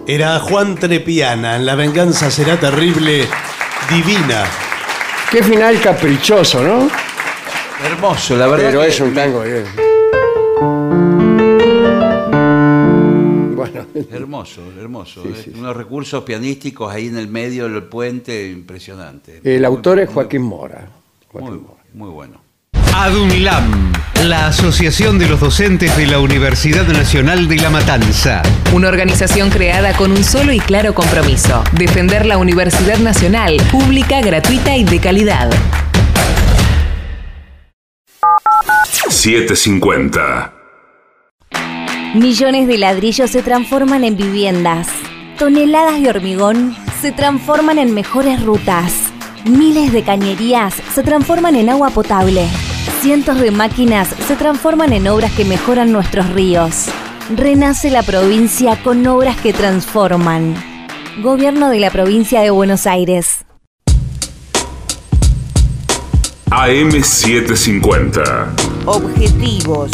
Era Juan Trepiana. En La venganza será terrible, divina.
Qué final caprichoso, ¿no?
Hermoso, la verdad.
Pero
que-
es un tango bien. Bueno,
Hermoso, hermoso. eh. Unos recursos pianísticos ahí en el medio del puente, impresionante.
el
Muy-
autor es
muy-
Joaquín Mora. Joaquín
Muy,
Mora.
muy bueno.
ADUNILAM, la Asociación de los Docentes de la Universidad Nacional de La Matanza.
Una organización creada con un solo y claro compromiso, defender la Universidad Nacional, pública, gratuita y de calidad.
750.
Millones de ladrillos se transforman en viviendas. Toneladas de hormigón se transforman en mejores rutas. Miles de cañerías se transforman en agua potable. Cientos de máquinas se transforman en obras que mejoran nuestros ríos. Renace la provincia con obras que transforman. Gobierno de la provincia de Buenos Aires.
AM750.
Objetivos,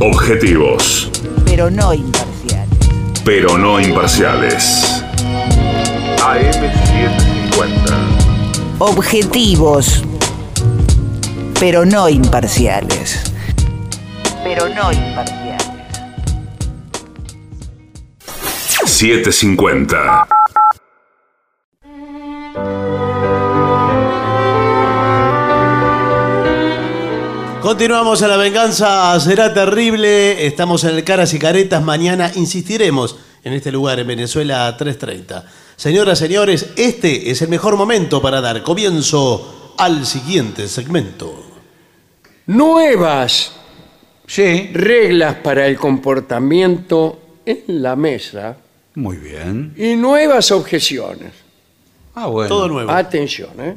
Objetivos,
pero no imparciales.
pero no imparciales. AM750.
Objetivos, pero no imparciales. Pero no imparciales.
750.
Continuamos a La venganza será terrible. Estamos en el Caras y Caretas. Mañana insistiremos en este lugar, en Venezuela 330. Señoras, señores, este es el mejor momento para dar comienzo al siguiente segmento.
Nuevas
Sí,
reglas para el comportamiento en la mesa
muy bien.
y nuevas objeciones.
Ah, bueno.
Todo nuevo.
Atención, ¿eh?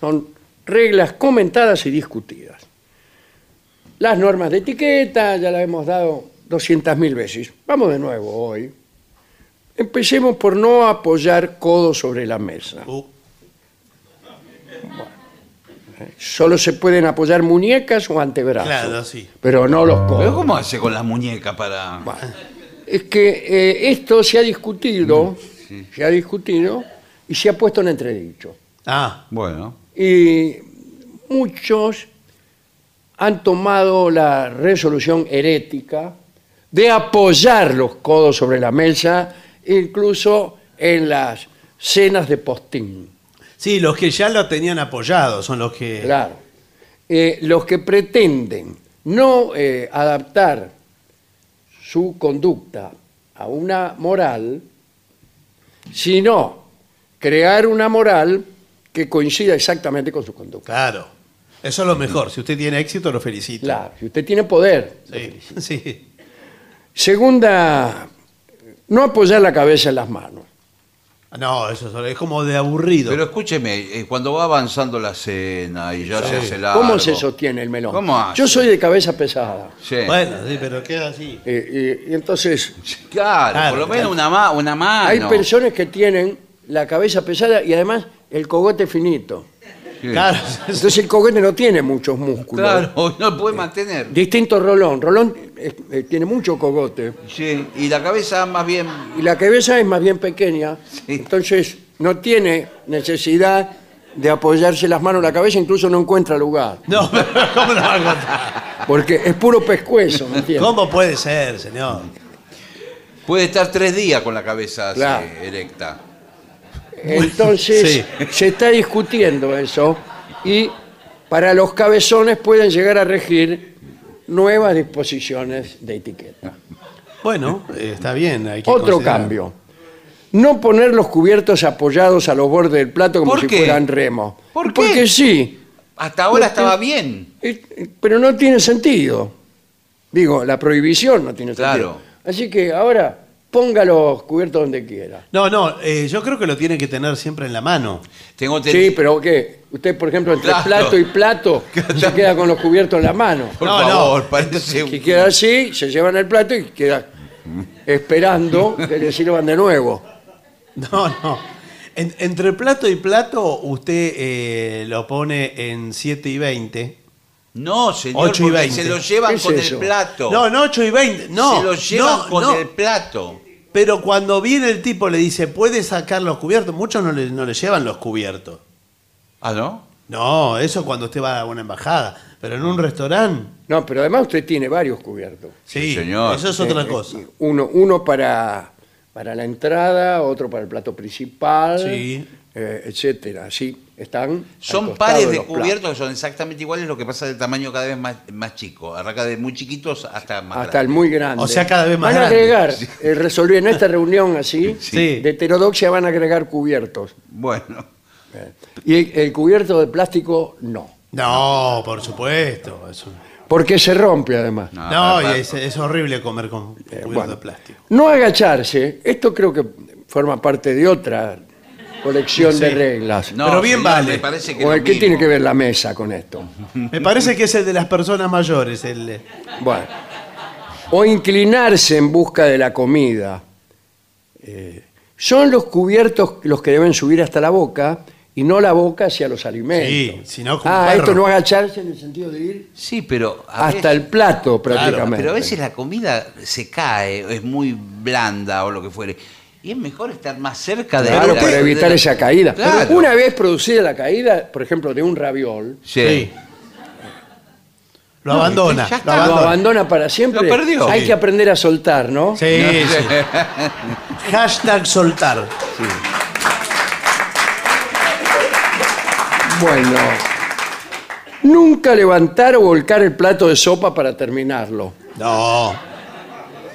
son reglas comentadas y discutidas. Las normas de etiqueta ya las hemos dado 200.000 veces. Vamos de nuevo hoy. Empecemos por no apoyar codo sobre la mesa.
Uh.
Solo se pueden apoyar muñecas o antebrazos.
Claro, sí.
Pero no los codos.
Pero ¿cómo hace con las muñecas para...?
Es que eh, esto se ha discutido, se ha discutido y se ha puesto en entredicho.
Ah,
Bueno,
Y muchos han tomado la resolución herética de apoyar los codos sobre la mesa, incluso en las cenas de postín.
sí, los que ya lo tenían apoyado son los que.
Claro. Eh, los que pretenden no eh, adaptar su conducta a una moral, sino crear una moral que coincida exactamente con su conducta.
Claro. Eso es lo mejor. Si usted tiene éxito, lo felicito.
Claro, si usted tiene poder.
Sí. sí.
Segunda, no apoyar la cabeza en las manos.
No, eso solo- es como de aburrido.
pero escúcheme, eh, cuando va avanzando la cena y ya se hace largo...
¿Cómo se sostiene el melón?
¿Cómo hace?
Yo soy de cabeza pesada.
Sí.
Bueno, sí, pero queda así.
Eh, y- y entonces,
Claro,
Claro,
por lo
claro.
menos una, ma- una mano.
hay personas que tienen la cabeza pesada y además el cogote finito.
Sí.
Claro.
Entonces el cogote no tiene muchos músculos.
Claro, no puede mantener.
Distinto Rolón. Rolón eh, eh, tiene mucho cogote.
Sí, y la cabeza más bien...
Y la cabeza es más bien pequeña. Entonces no tiene necesidad de apoyarse las manos en la cabeza, incluso no encuentra lugar.
No, pero ¿cómo lo va a contar?
Porque es puro pescuezo, ¿me entiendes?
¿Cómo puede ser, señor?
Puede estar tres días con la cabeza así,
Claro.
erecta.
Entonces
Sí.
se está discutiendo eso y para los cabezones pueden llegar a regir nuevas disposiciones de etiqueta.
Bueno, eh, está bien. hay que
Otro
considerar.
cambio. No poner los cubiertos apoyados a los bordes del plato como
¿Por
si
qué?
fueran remos.
¿Por qué?
Porque sí,
Hasta
Porque-
ahora estaba bien.
eh, eh, pero no tiene sentido. Digo, la prohibición no tiene sentido.
Claro.
Así que ahora ponga los cubiertos donde quiera.
No, no, eh, yo creo que lo tiene que tener siempre en la mano.
Tengo ten-
Sí, pero ¿qué? Usted, por ejemplo, entre
Claro.
plato y plato se queda con los cubiertos en la mano.
Por
No, no.
favor, parece...
Si queda así, se llevan el plato y queda esperando que le sirvan de nuevo.
No, no. En- entre plato y plato, usted eh, lo pone en 7 y 20.
No, señor,
Ocho y
porque
veinte.
se lo llevan
¿Qué es
con
eso?
el plato.
No, no, 8 y 20. No,
se lo llevan
no,
con
no.
el plato.
Pero cuando viene el tipo le dice, ¿puede sacar los cubiertos? Muchos no le, no le llevan los cubiertos.
¿Ah, no?
No, eso cuando usted va a una embajada. Pero en un restaurante,
No, pero además usted tiene varios cubiertos.
sí,
señor.
eso es otra
Eh,
cosa.
eh, Uno, uno para, para la entrada, otro para el plato principal,
Sí.
eh, etcétera. Así están. al
Son
costado
pares de
los
cubiertos que son exactamente iguales, lo que pasa del tamaño cada vez más, más chico. Arranca de muy chiquitos hasta más
platos, Hasta el
grandes.
muy grande.
O sea, cada vez más
Van a
grande.
agregar, eh, resolví en esta reunión así,
Sí.
de heterodoxia van a agregar cubiertos.
Bueno,
Y el, el cubierto de plástico no.
No, por supuesto. eso-
Porque se rompe además.
Ah,
No,
ah,
y es, es horrible comer con cubiertos de plástico.
No agacharse, esto creo que forma parte de otra colección de reglas.
no,
Pero bien
señor,
vale.
Me parece que
O
es
el-
lo
¿Qué
mismo.
tiene que ver la mesa con esto?
Me parece que es el de las personas mayores. El, eh,
Bueno. O inclinarse en busca de la comida. Eh, son los cubiertos los que deben subir hasta la boca y no la boca hacia los alimentos.
Sí, si no, como
ah,
perro.
esto no agacharse en el sentido de ir
Sí, pero. a
hasta
veces-
el plato
Claro,
prácticamente.
pero a veces la comida se cae, o es muy blanda o lo que fuere. Y es mejor estar más cerca de
Claro,
la-
para
de
evitar
la-
esa caída.
Claro.
Pero Una vez producida la caída, por ejemplo, de un raviol,
Sí.
Sí. Lo
No,
abandona.
ya
Lo
está, lo
lo
abandona.
abandona para siempre.
Lo perdió.
Hay
Sí.
que aprender a soltar, ¿no?
Sí, sí. Hashtag soltar.
Bueno. Nunca levantar o volcar el plato de sopa para terminarlo.
No.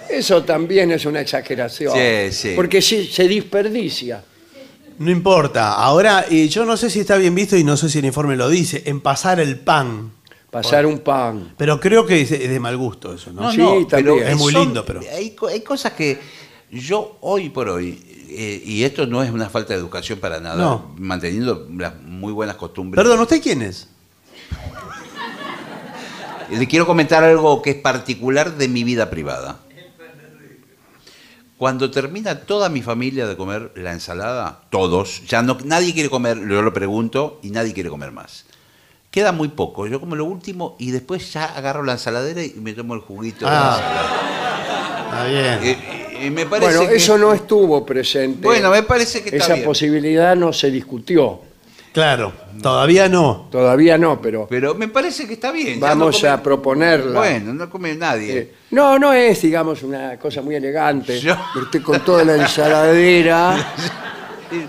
Eso también es una exageración.
Sí, sí.
Porque sí, se desperdicia.
No importa. Ahora, eh, yo no sé si está bien visto y no sé si el informe lo dice, en pasar el pan.
Pasar un pan.
Pero creo que es es de mal gusto eso, ¿no?
No,
Sí,
no,
también.
pero
Es muy
son-
lindo, pero-
Hay, co- hay cosas que yo hoy por hoy, eh, y esto no es una falta de educación para nada,
No.
manteniendo las muy buenas costumbres.
Perdón, ¿usted quién es?
Eh, Le quiero comentar algo que es particular de mi vida privada. Cuando termina toda mi familia de comer la ensalada, todos, ya no, nadie quiere comer, yo lo pregunto, y nadie quiere comer más. Queda muy poco, yo como lo último y después ya agarro la ensaladera y me tomo el juguito. de la
Ah. Está bien.
ensalada. Eh, eh, me parece
bueno,
que-
eso no estuvo presente.
Bueno, me parece que está
Esa
bien.
posibilidad no se discutió.
Claro, todavía no.
Todavía no, pero
Pero me parece que está bien. ya
vamos
no come-
a proponerla.
Bueno, no come nadie.
Eh, No, no es, digamos, una cosa muy elegante.
Yo-
que Usted con toda la ensaladera.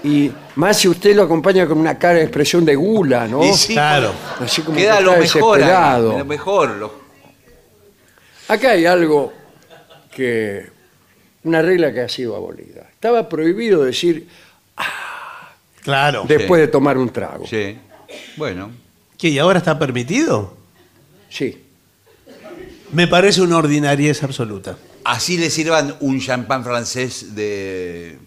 Y más si usted lo acompaña con una cara de expresión de gula, ¿no?
Y sí,
Claro.
Así como
queda
que
lo
está
mejor, ahí,
desesperado.
lo mejor. lo-
Acá hay algo que. Una regla que ha sido abolida. Estaba prohibido decir
Claro.
después de tomar un trago. Sí.
Sí. Bueno.
¿Qué, y ahora está permitido? Me parece una ordinariez absoluta.
Así le sirvan un champán francés de.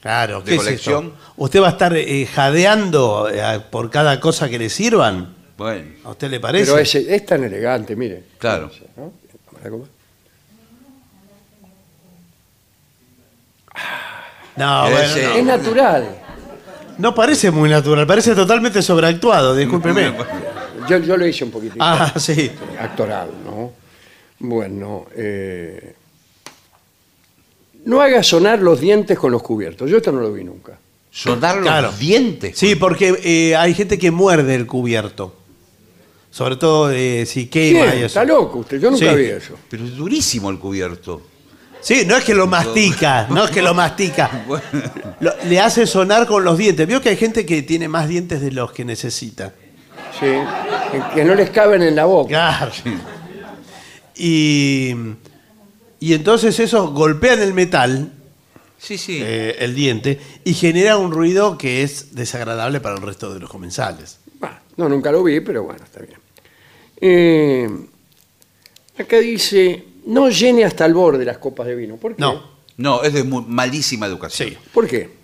Claro,
¿De
¿qué es
colección?
esto? ¿Usted va a estar eh, jadeando eh, por cada cosa que le sirvan?
Bueno,
¿A usted le parece?
Pero es, es tan elegante, mire.
claro.
¿no? Para comer.
No,
Eh,
bueno,
sí.
no.
Es natural.
No parece muy natural, parece totalmente sobreactuado, discúlpeme.
Yo, yo lo hice un poquitito.
Ah, sí.
actoral, ¿no? Bueno, eh, no haga sonar los dientes con los cubiertos. Yo esto no lo vi nunca.
Sonar los
Claro.
dientes.
Sí, porque eh, hay gente que muerde el cubierto. Sobre todo eh, si quema
Bien,
y eso.
está loco usted, yo nunca
Sí.
vi eso.
Pero es durísimo el cubierto.
Sí, no es que lo mastica, no es que lo mastica. Lo- le hace sonar con los dientes. Vio que hay gente que tiene más dientes de los que necesita.
Sí, que- que no les caben en la boca.
Claro. Y, y entonces esos golpean el metal,
Sí, sí.
eh, el diente, y genera un ruido que es desagradable para el resto de los comensales.
Bah, No, nunca lo vi, pero bueno, está bien. Eh, acá dice, no llene hasta el borde las copas de vino. ¿Por qué?
No.
No, es de mu- malísima educación.
Sí.
¿Por qué?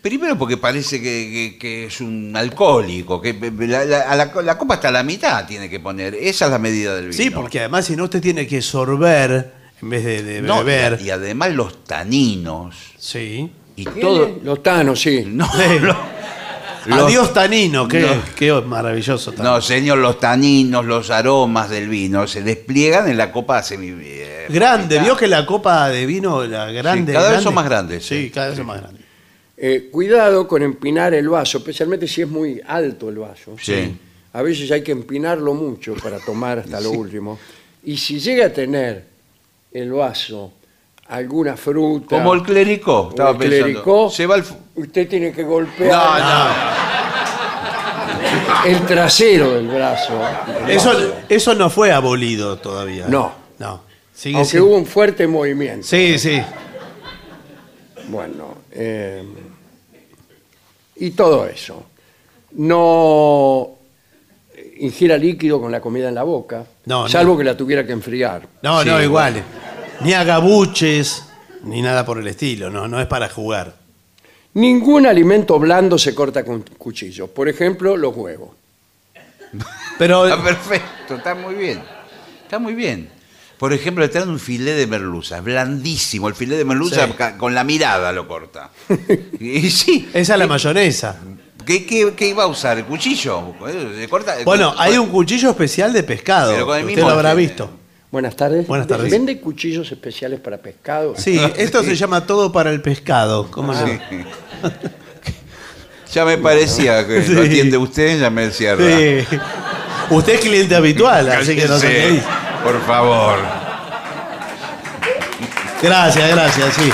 Primero porque parece que, que- que es un alcohólico, que la, la- a la- la copa hasta la mitad tiene que poner. Esa es la medida del vino.
Sí, porque además si no usted tiene que sorber en vez de, de
No,
beber.
y además los taninos
Sí.
y
Todo.
todo.
Los tanos, sí.
No,
Sí.
lo- Los-
Adiós tanino, qué,
No.
qué maravilloso. tanino.
No, señor, los taninos, los aromas del vino se despliegan en la copa semi. eh,
grande, vio que la copa de vino, la grande.
cada vez
grande?
son más grandes,
Sí,
sí.
cada vez son más grandes.
Eh, cuidado con empinar el vaso, especialmente si es muy alto el vaso.
Sí.
A veces hay que empinarlo mucho para tomar hasta lo último. Y si llega a tener el vaso alguna fruta,
Como el clérico.
o
Estaba
el
pensando.
clericó,
Se va el. fu-
usted tiene que
No,
golpear
no.
el trasero del brazo.
Eso, eso no fue abolido todavía.
No.
No. Sigue
Aunque
siendo-
hubo un fuerte movimiento.
Sí, sí.
Bueno, eh, y todo eso. No ingiera líquido con la comida en la boca,
No, no.
salvo que la tuviera que enfriar.
No,
Sí,
no,
bueno.
igual. Ni agabuches, ni nada por el estilo. No, no es para jugar.
Ningún alimento blando se corta con cuchillo. Por ejemplo, los huevos.
Pero
Está perfecto, está muy bien. Está muy bien. Por ejemplo, le traen un filé de merluza, blandísimo. El filé de merluza
Sí.
ca- con la mirada lo corta. y sí.
esa es la mayonesa.
¿Qué, qué, qué iba a usar? ¿El cuchillo? Eh, se corta-
Bueno,
con-
hay un cuchillo especial de pescado.
Pero con el
Usted
mismo
lo habrá
alfiler.
visto.
Buenas tardes.
Buenas tardes.
¿Vende cuchillos especiales para pescado?
Sí, esto se llama todo para el pescado. ¿Cómo
Ah,
se llama?
Ya me parecía que lo
Sí.
atiende usted, ya me cierra.
Sí. Usted es cliente habitual, así que no sé qué
Cállese,
dice.
Por favor.
Gracias, gracias, sí.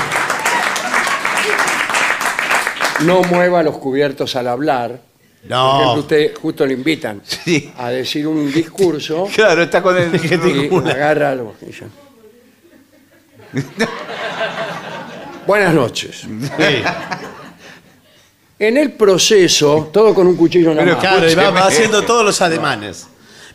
No mueva los cubiertos al hablar. Por ejemplo,
No.
usted justo le invitan
Sí.
a decir un discurso
Claro, está con el.
Que
y
tengo una-
agarra algo. y ya. Buenas noches.
Sí.
En el proceso, todo con un cuchillo en la mano.
Claro, y va, va
Escúcheme.
haciendo todos los ademanes.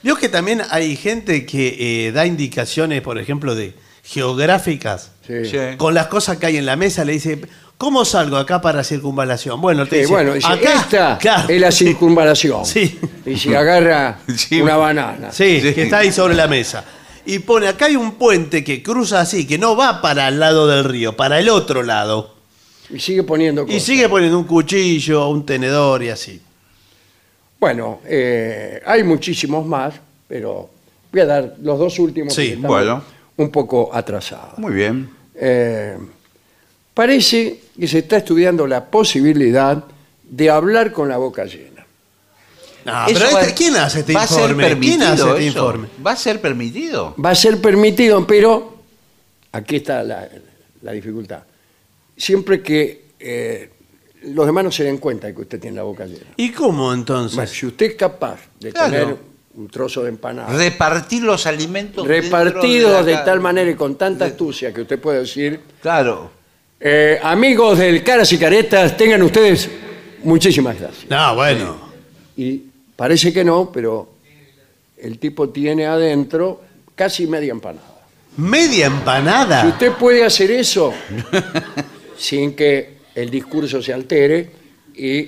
Vio que también hay gente que eh, da indicaciones, por ejemplo, de geográficas,
Sí.
Sí.
con las cosas que hay en la mesa, le dice, ¿cómo salgo acá para circunvalación? Bueno, te
Sí,
dice,
bueno, dice,
acá
esta
claro,
es la
sí,
circunvalación.
Sí.
Y si agarra
Sí.
una banana.
sí,
Sí.
que está ahí sobre la mesa. Y pone, acá hay un puente que cruza así, que no va para el lado del río, para el otro lado.
Y sigue poniendo
Y
cosas.
sigue poniendo un cuchillo, un tenedor y así.
Bueno, eh, hay muchísimos más, pero voy a dar los dos últimos.
Sí,
porque estamos
bueno.
Un poco atrasados.
Muy bien.
Eh, parece que se está estudiando la posibilidad de hablar con la boca llena.
No,
Eso
pero
va-
este- ¿quién hace este
va a ser
informe? ¿Quién hace
permitido
este
eso?
informe?
¿Va a ser permitido?
Va a ser permitido, pero aquí está la, la dificultad. Siempre que eh, los demás no se den cuenta de que usted tiene la boca llena.
¿Y cómo entonces?
Bueno, si usted es capaz de
Claro.
tener un trozo de empanada
Repartir los alimentos. dentro
repartido
la
de,
ca-
tal manera y con tanta astucia que usted puede decir,
Claro.
eh, amigos del Caras y Caretas, tengan ustedes muchísimas gracias.
No, bueno.
Y parece que no, pero el tipo tiene adentro casi media empanada.
¿Media
Si
empanada?
usted puede hacer eso sin que el discurso se altere y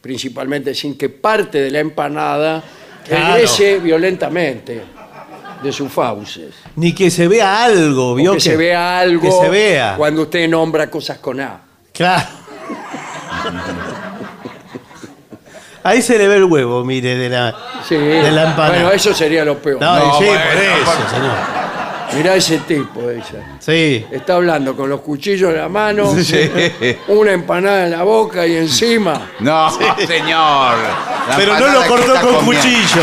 principalmente sin que parte de la empanada
Claro.
regrese violentamente de sus fauces.
Ni que se vea algo,
O
¿vio?
que, se vea algo
Que se vea.
cuando usted nombra cosas con A.
Claro. Ahí se le ve el huevo, mire, de la,
Sí.
de la empanada.
Bueno, eso sería lo peor.
No,
No,
sí,
bueno,
por eso,
por-
señor.
Mirá ese tipo, ella.
Sí.
Está hablando con los cuchillos en la mano,
Sí.
una empanada en la boca y encima.
No, señor. La
Pero no
empanada
lo
que
cortó
está
con
comiendo.
cuchillo.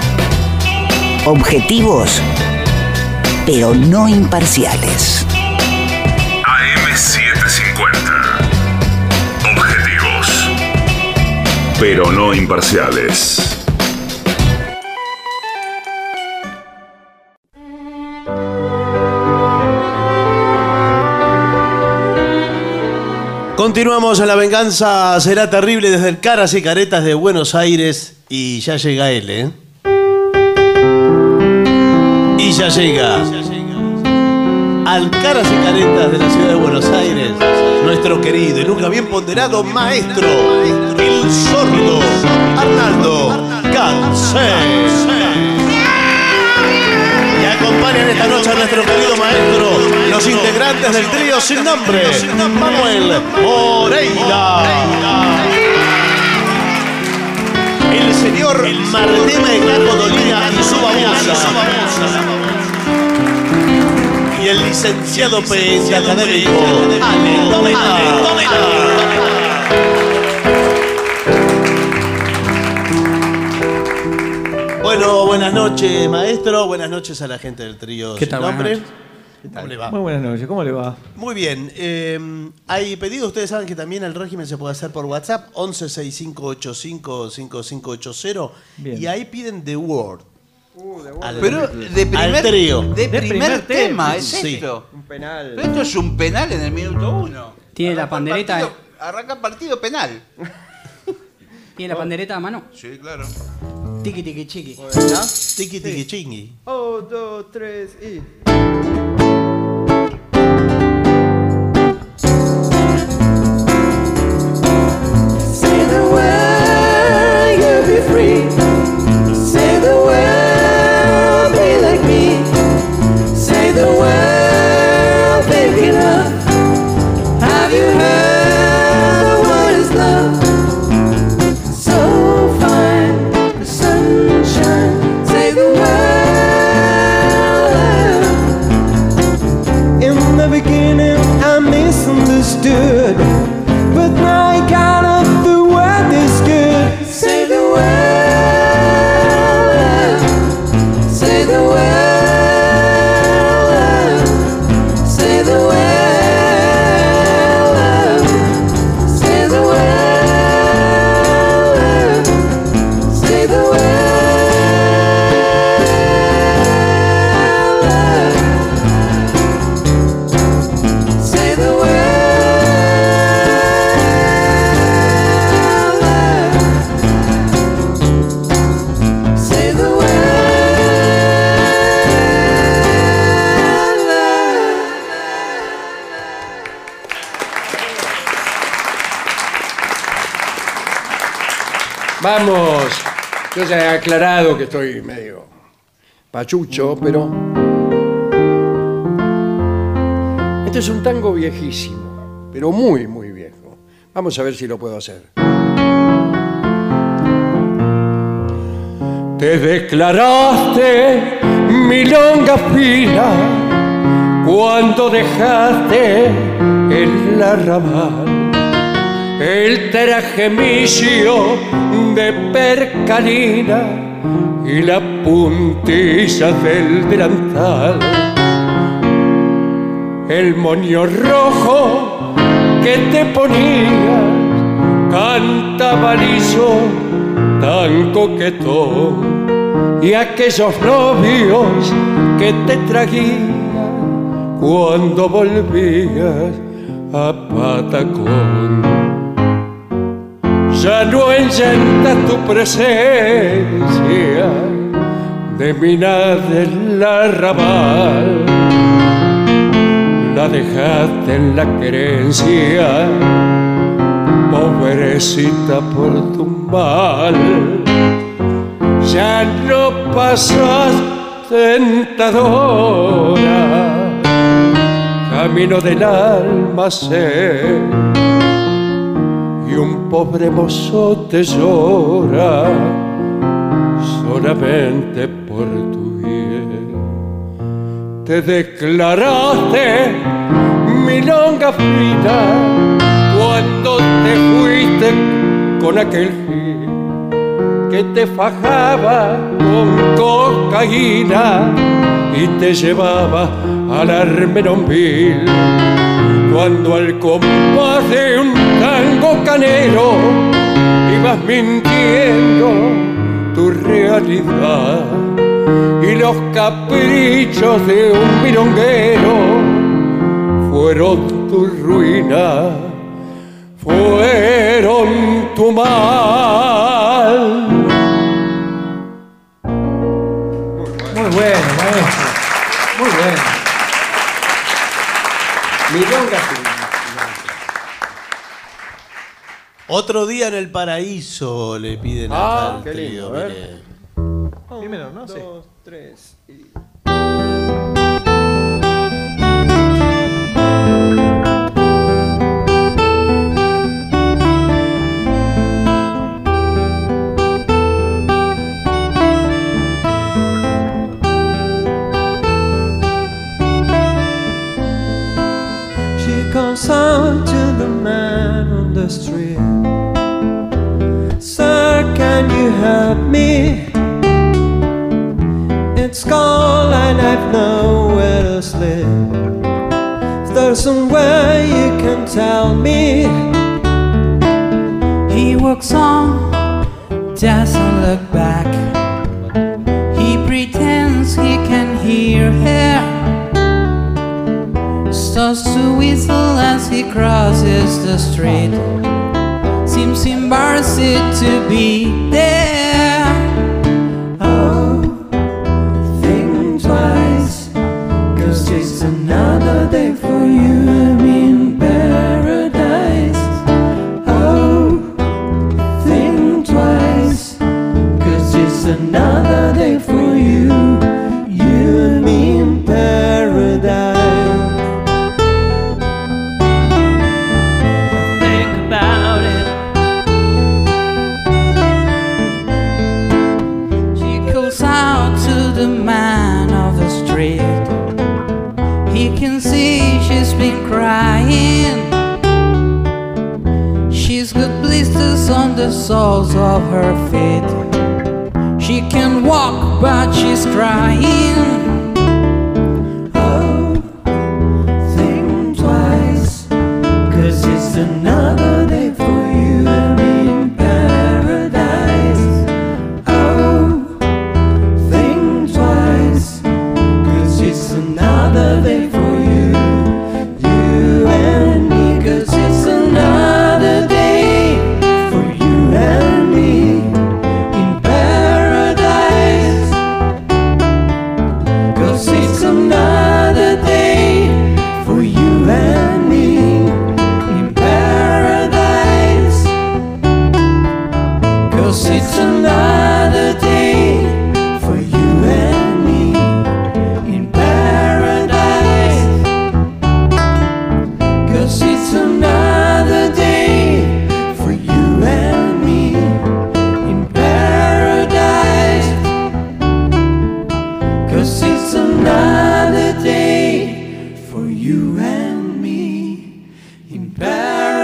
Objetivos, pero no imparciales.
AM750. Objetivos. Pero no imparciales.
Continuamos en La Venganza Será Terrible desde el Caras y Caretas de Buenos Aires. Y ya llega él, ¿eh? Y ya llega. Al Caras y Caretas de la ciudad de Buenos Aires, nuestro querido y nunca bien ponderado maestro, el sordo Arnaldo Cancel. Y acompañan esta noche a nuestro querido maestro, los integrantes del trío sin nombre, Manuel Moreira. El señor Martema de Caco Dolina y su babosa. Y el licenciado PN académico, Ale Domena. Bueno, buenas noches, maestro. Buenas noches a la gente del trío.
¿Qué
sin
tal?
nombre.
Buenas
¿Qué tal le va?
Muy buenas noches, ¿cómo le va?
Muy bien. eh, hay pedido, ustedes saben que también el régimen se puede hacer por WhatsApp, 1165855580.
Bien.
Y ahí piden The Word.
Uh,
al,
Pero de primer,
al trío.
De primer,
primer
tema,
tema,
es
sí.
esto.
Un penal.
Pero esto es un penal en el minuto uno.
Tiene la
Arranca el
pandereta,
partido- Arranca partido penal.
Tiene la pandereta a mano.
Sí, claro.
Tiki tiki chiqui.
Tiki tiki chingui.
Un, dos, tres y.
Say the word, you'll be free. Say the word, be like me. Say the word, big enough. Have you heard what is love? So fine, the sunshine. Say the word.
In the beginning I misunderstood, but now I got up the world is good.
Say the word. Say the word. Say the word. Say the word. Say the word. Say the word. Say the word.
Vamos, yo ya he aclarado que estoy medio pachucho, pero... Este es un tango viejísimo, pero muy, muy viejo. Vamos a ver si lo puedo hacer. Te declaraste mi longa fila cuando dejaste el arrabal el terajemicio de percanina y la puntilla del delantal. El moño rojo que te ponías cantaba liso tan coquetón y aquellos novios que te traguían cuando volvías a Patacón ya no enyenta tu presencia de mina del arrabal. La dejaste en la querencia, pobrecita por tu mal. Ya no pasas tentadora, camino del alma sé y un pobre mozo te llora solamente por tu bien. Te declaraste milonga frita cuando te fuiste con aquel gil que te fajaba con cocaína y te llevaba al Armenonville cuando al compás de un tango canero ibas mintiendo tu realidad y los caprichos de un milonguero fueron tu ruina
fueron tu mal.
Muy bueno, maestro. Muy bueno.
Otro día en el paraíso le piden
Ah,
al
qué
trío,
lindo, a ver.
mire.
Primero, ¿no? Dos, tres. y-
She calls out to the man on the street. Sir, can you help me? It's cold and I've nowhere to sleep. Is there some way you can tell me?
He walks on, doesn't look back. He pretends he can hear her. Starts to whistle as he crosses the street. Seems embarrassed to be there. Oh, think twice,
Cause it's another day for you and me in paradise. Oh, think twice. Cause it's another day for you, you and me in paradise.
think about it. She calls out to the man of the street. He can see she's been crying. She's got blisters on the soles of her feet. She can walk, but she's crying. Oh,
Think twice, cause it's another day for you and me in paradise. Oh, think twice, cause it's another day for you, you and me, cause it's another day for you and me in paradise. Cause it's another day for you and me in paradise. Cause it's another day for you and me in paradise. Cause it's another day for you and me in paradise. Cause it's another day for you and me in paradise.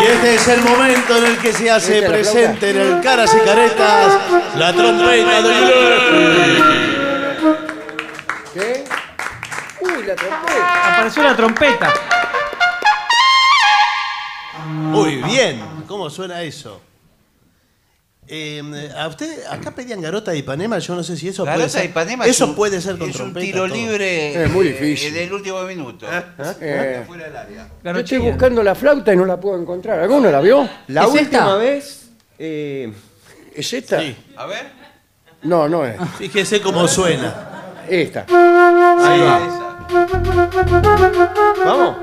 Y este es el momento en el que se hace
Este, la
presente en el Caras y Caretas la trompeta de
¿Qué? Uy, la trompeta.
Apareció la trompeta.
Muy bien, ¿cómo suena eso? Eh, a usted, acá pedían garota de Ipanema, yo no sé si eso
Garota
puede ser.
de Ipanema es
eso
un-
puede ser con
es un
trompeta.
tiro
todo. Ah.
libre, Es muy eh, difícil. en el último minuto.
Eh,
Fuera del área.
yo estoy buscando la flauta y no la puedo encontrar. ¿Alguno la vio?
La última
vez. eh, ¿Es esta?
A ver.
No, no es.
Fíjese cómo suena.
Esta.
Ahí va.
Vamos.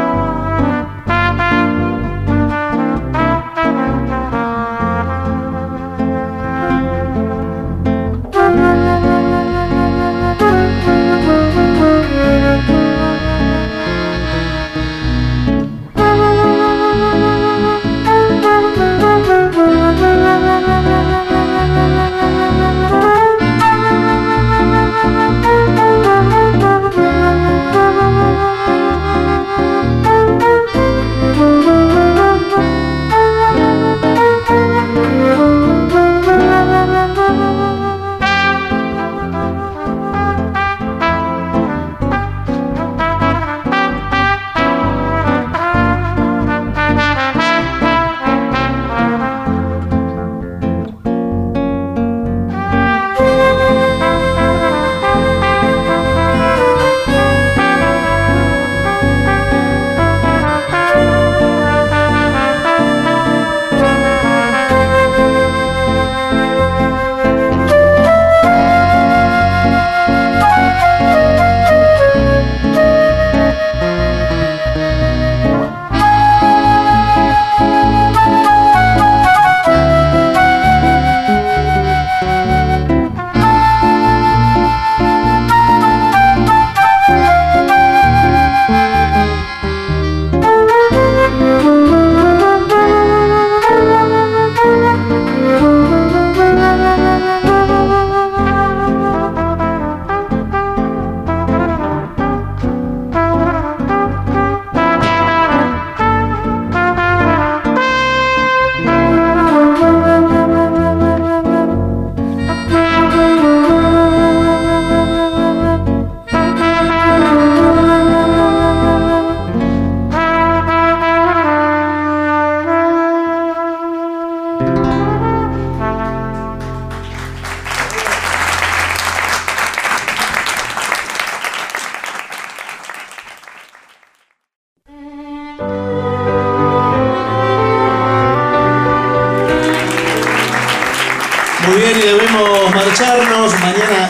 Thank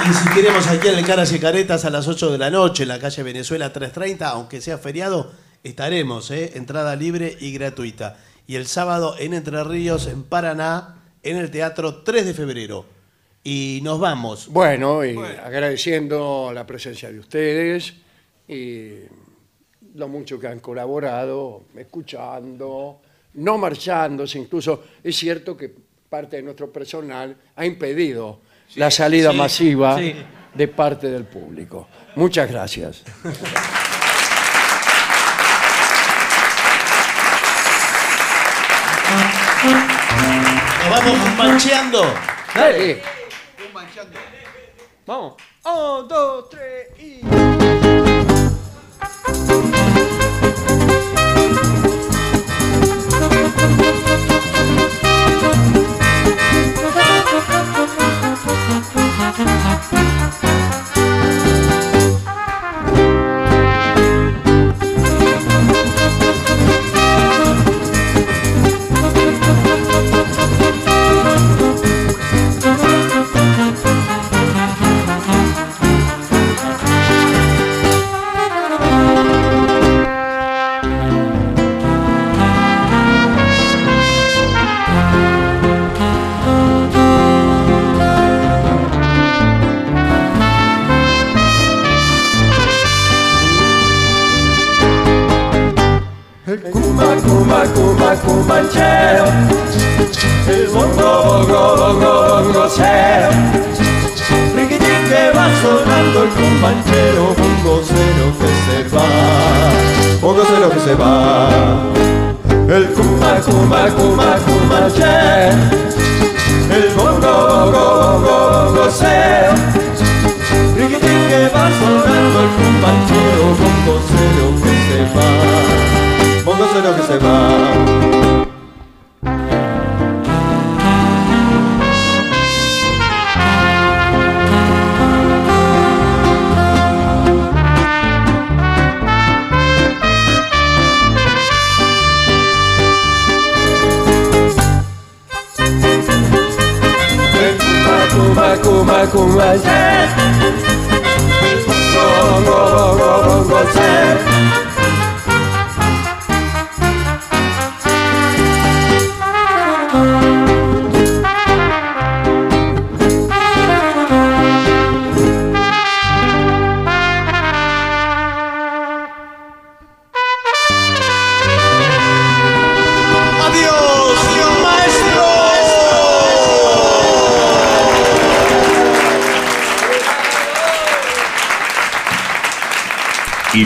Y si queremos aquí en el Caras y Caretas a las 8 de la noche, en la calle Venezuela 330, aunque sea feriado, estaremos, ¿eh? entrada libre y gratuita. Y el sábado en Entre Ríos, en Paraná, en el Teatro 3 de Febrero. Y nos vamos.
Bueno, y agradeciendo la presencia de ustedes y lo mucho que han colaborado, escuchando, no marchándose, incluso es cierto que parte de nuestro personal ha impedido la salida
sí,
masiva
sí.
de parte del público. Muchas gracias.
Nos vamos mancheando.
Dale.
Vamos. Un, dos, tres y.
Kuma, kuma, kuma, cumanchero. El bongo, bongo, bongo, bongocero. Riquitín que va sonando el cumanchero. Bongocero que se va. Bongocero que se va. El kuma, kuma, kuma, cumanchero. El bongo, bongo, bongo, bongocero. Riquitín que va sonando el cumanchero. Bongocero que se va. Bongocero que se va. Kuma, kuma, kuma, yeah. Bongo, bongo, bongo, yeah.
Adiós, maestro.
Y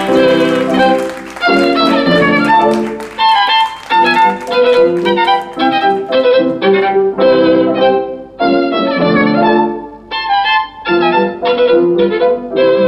Thank you.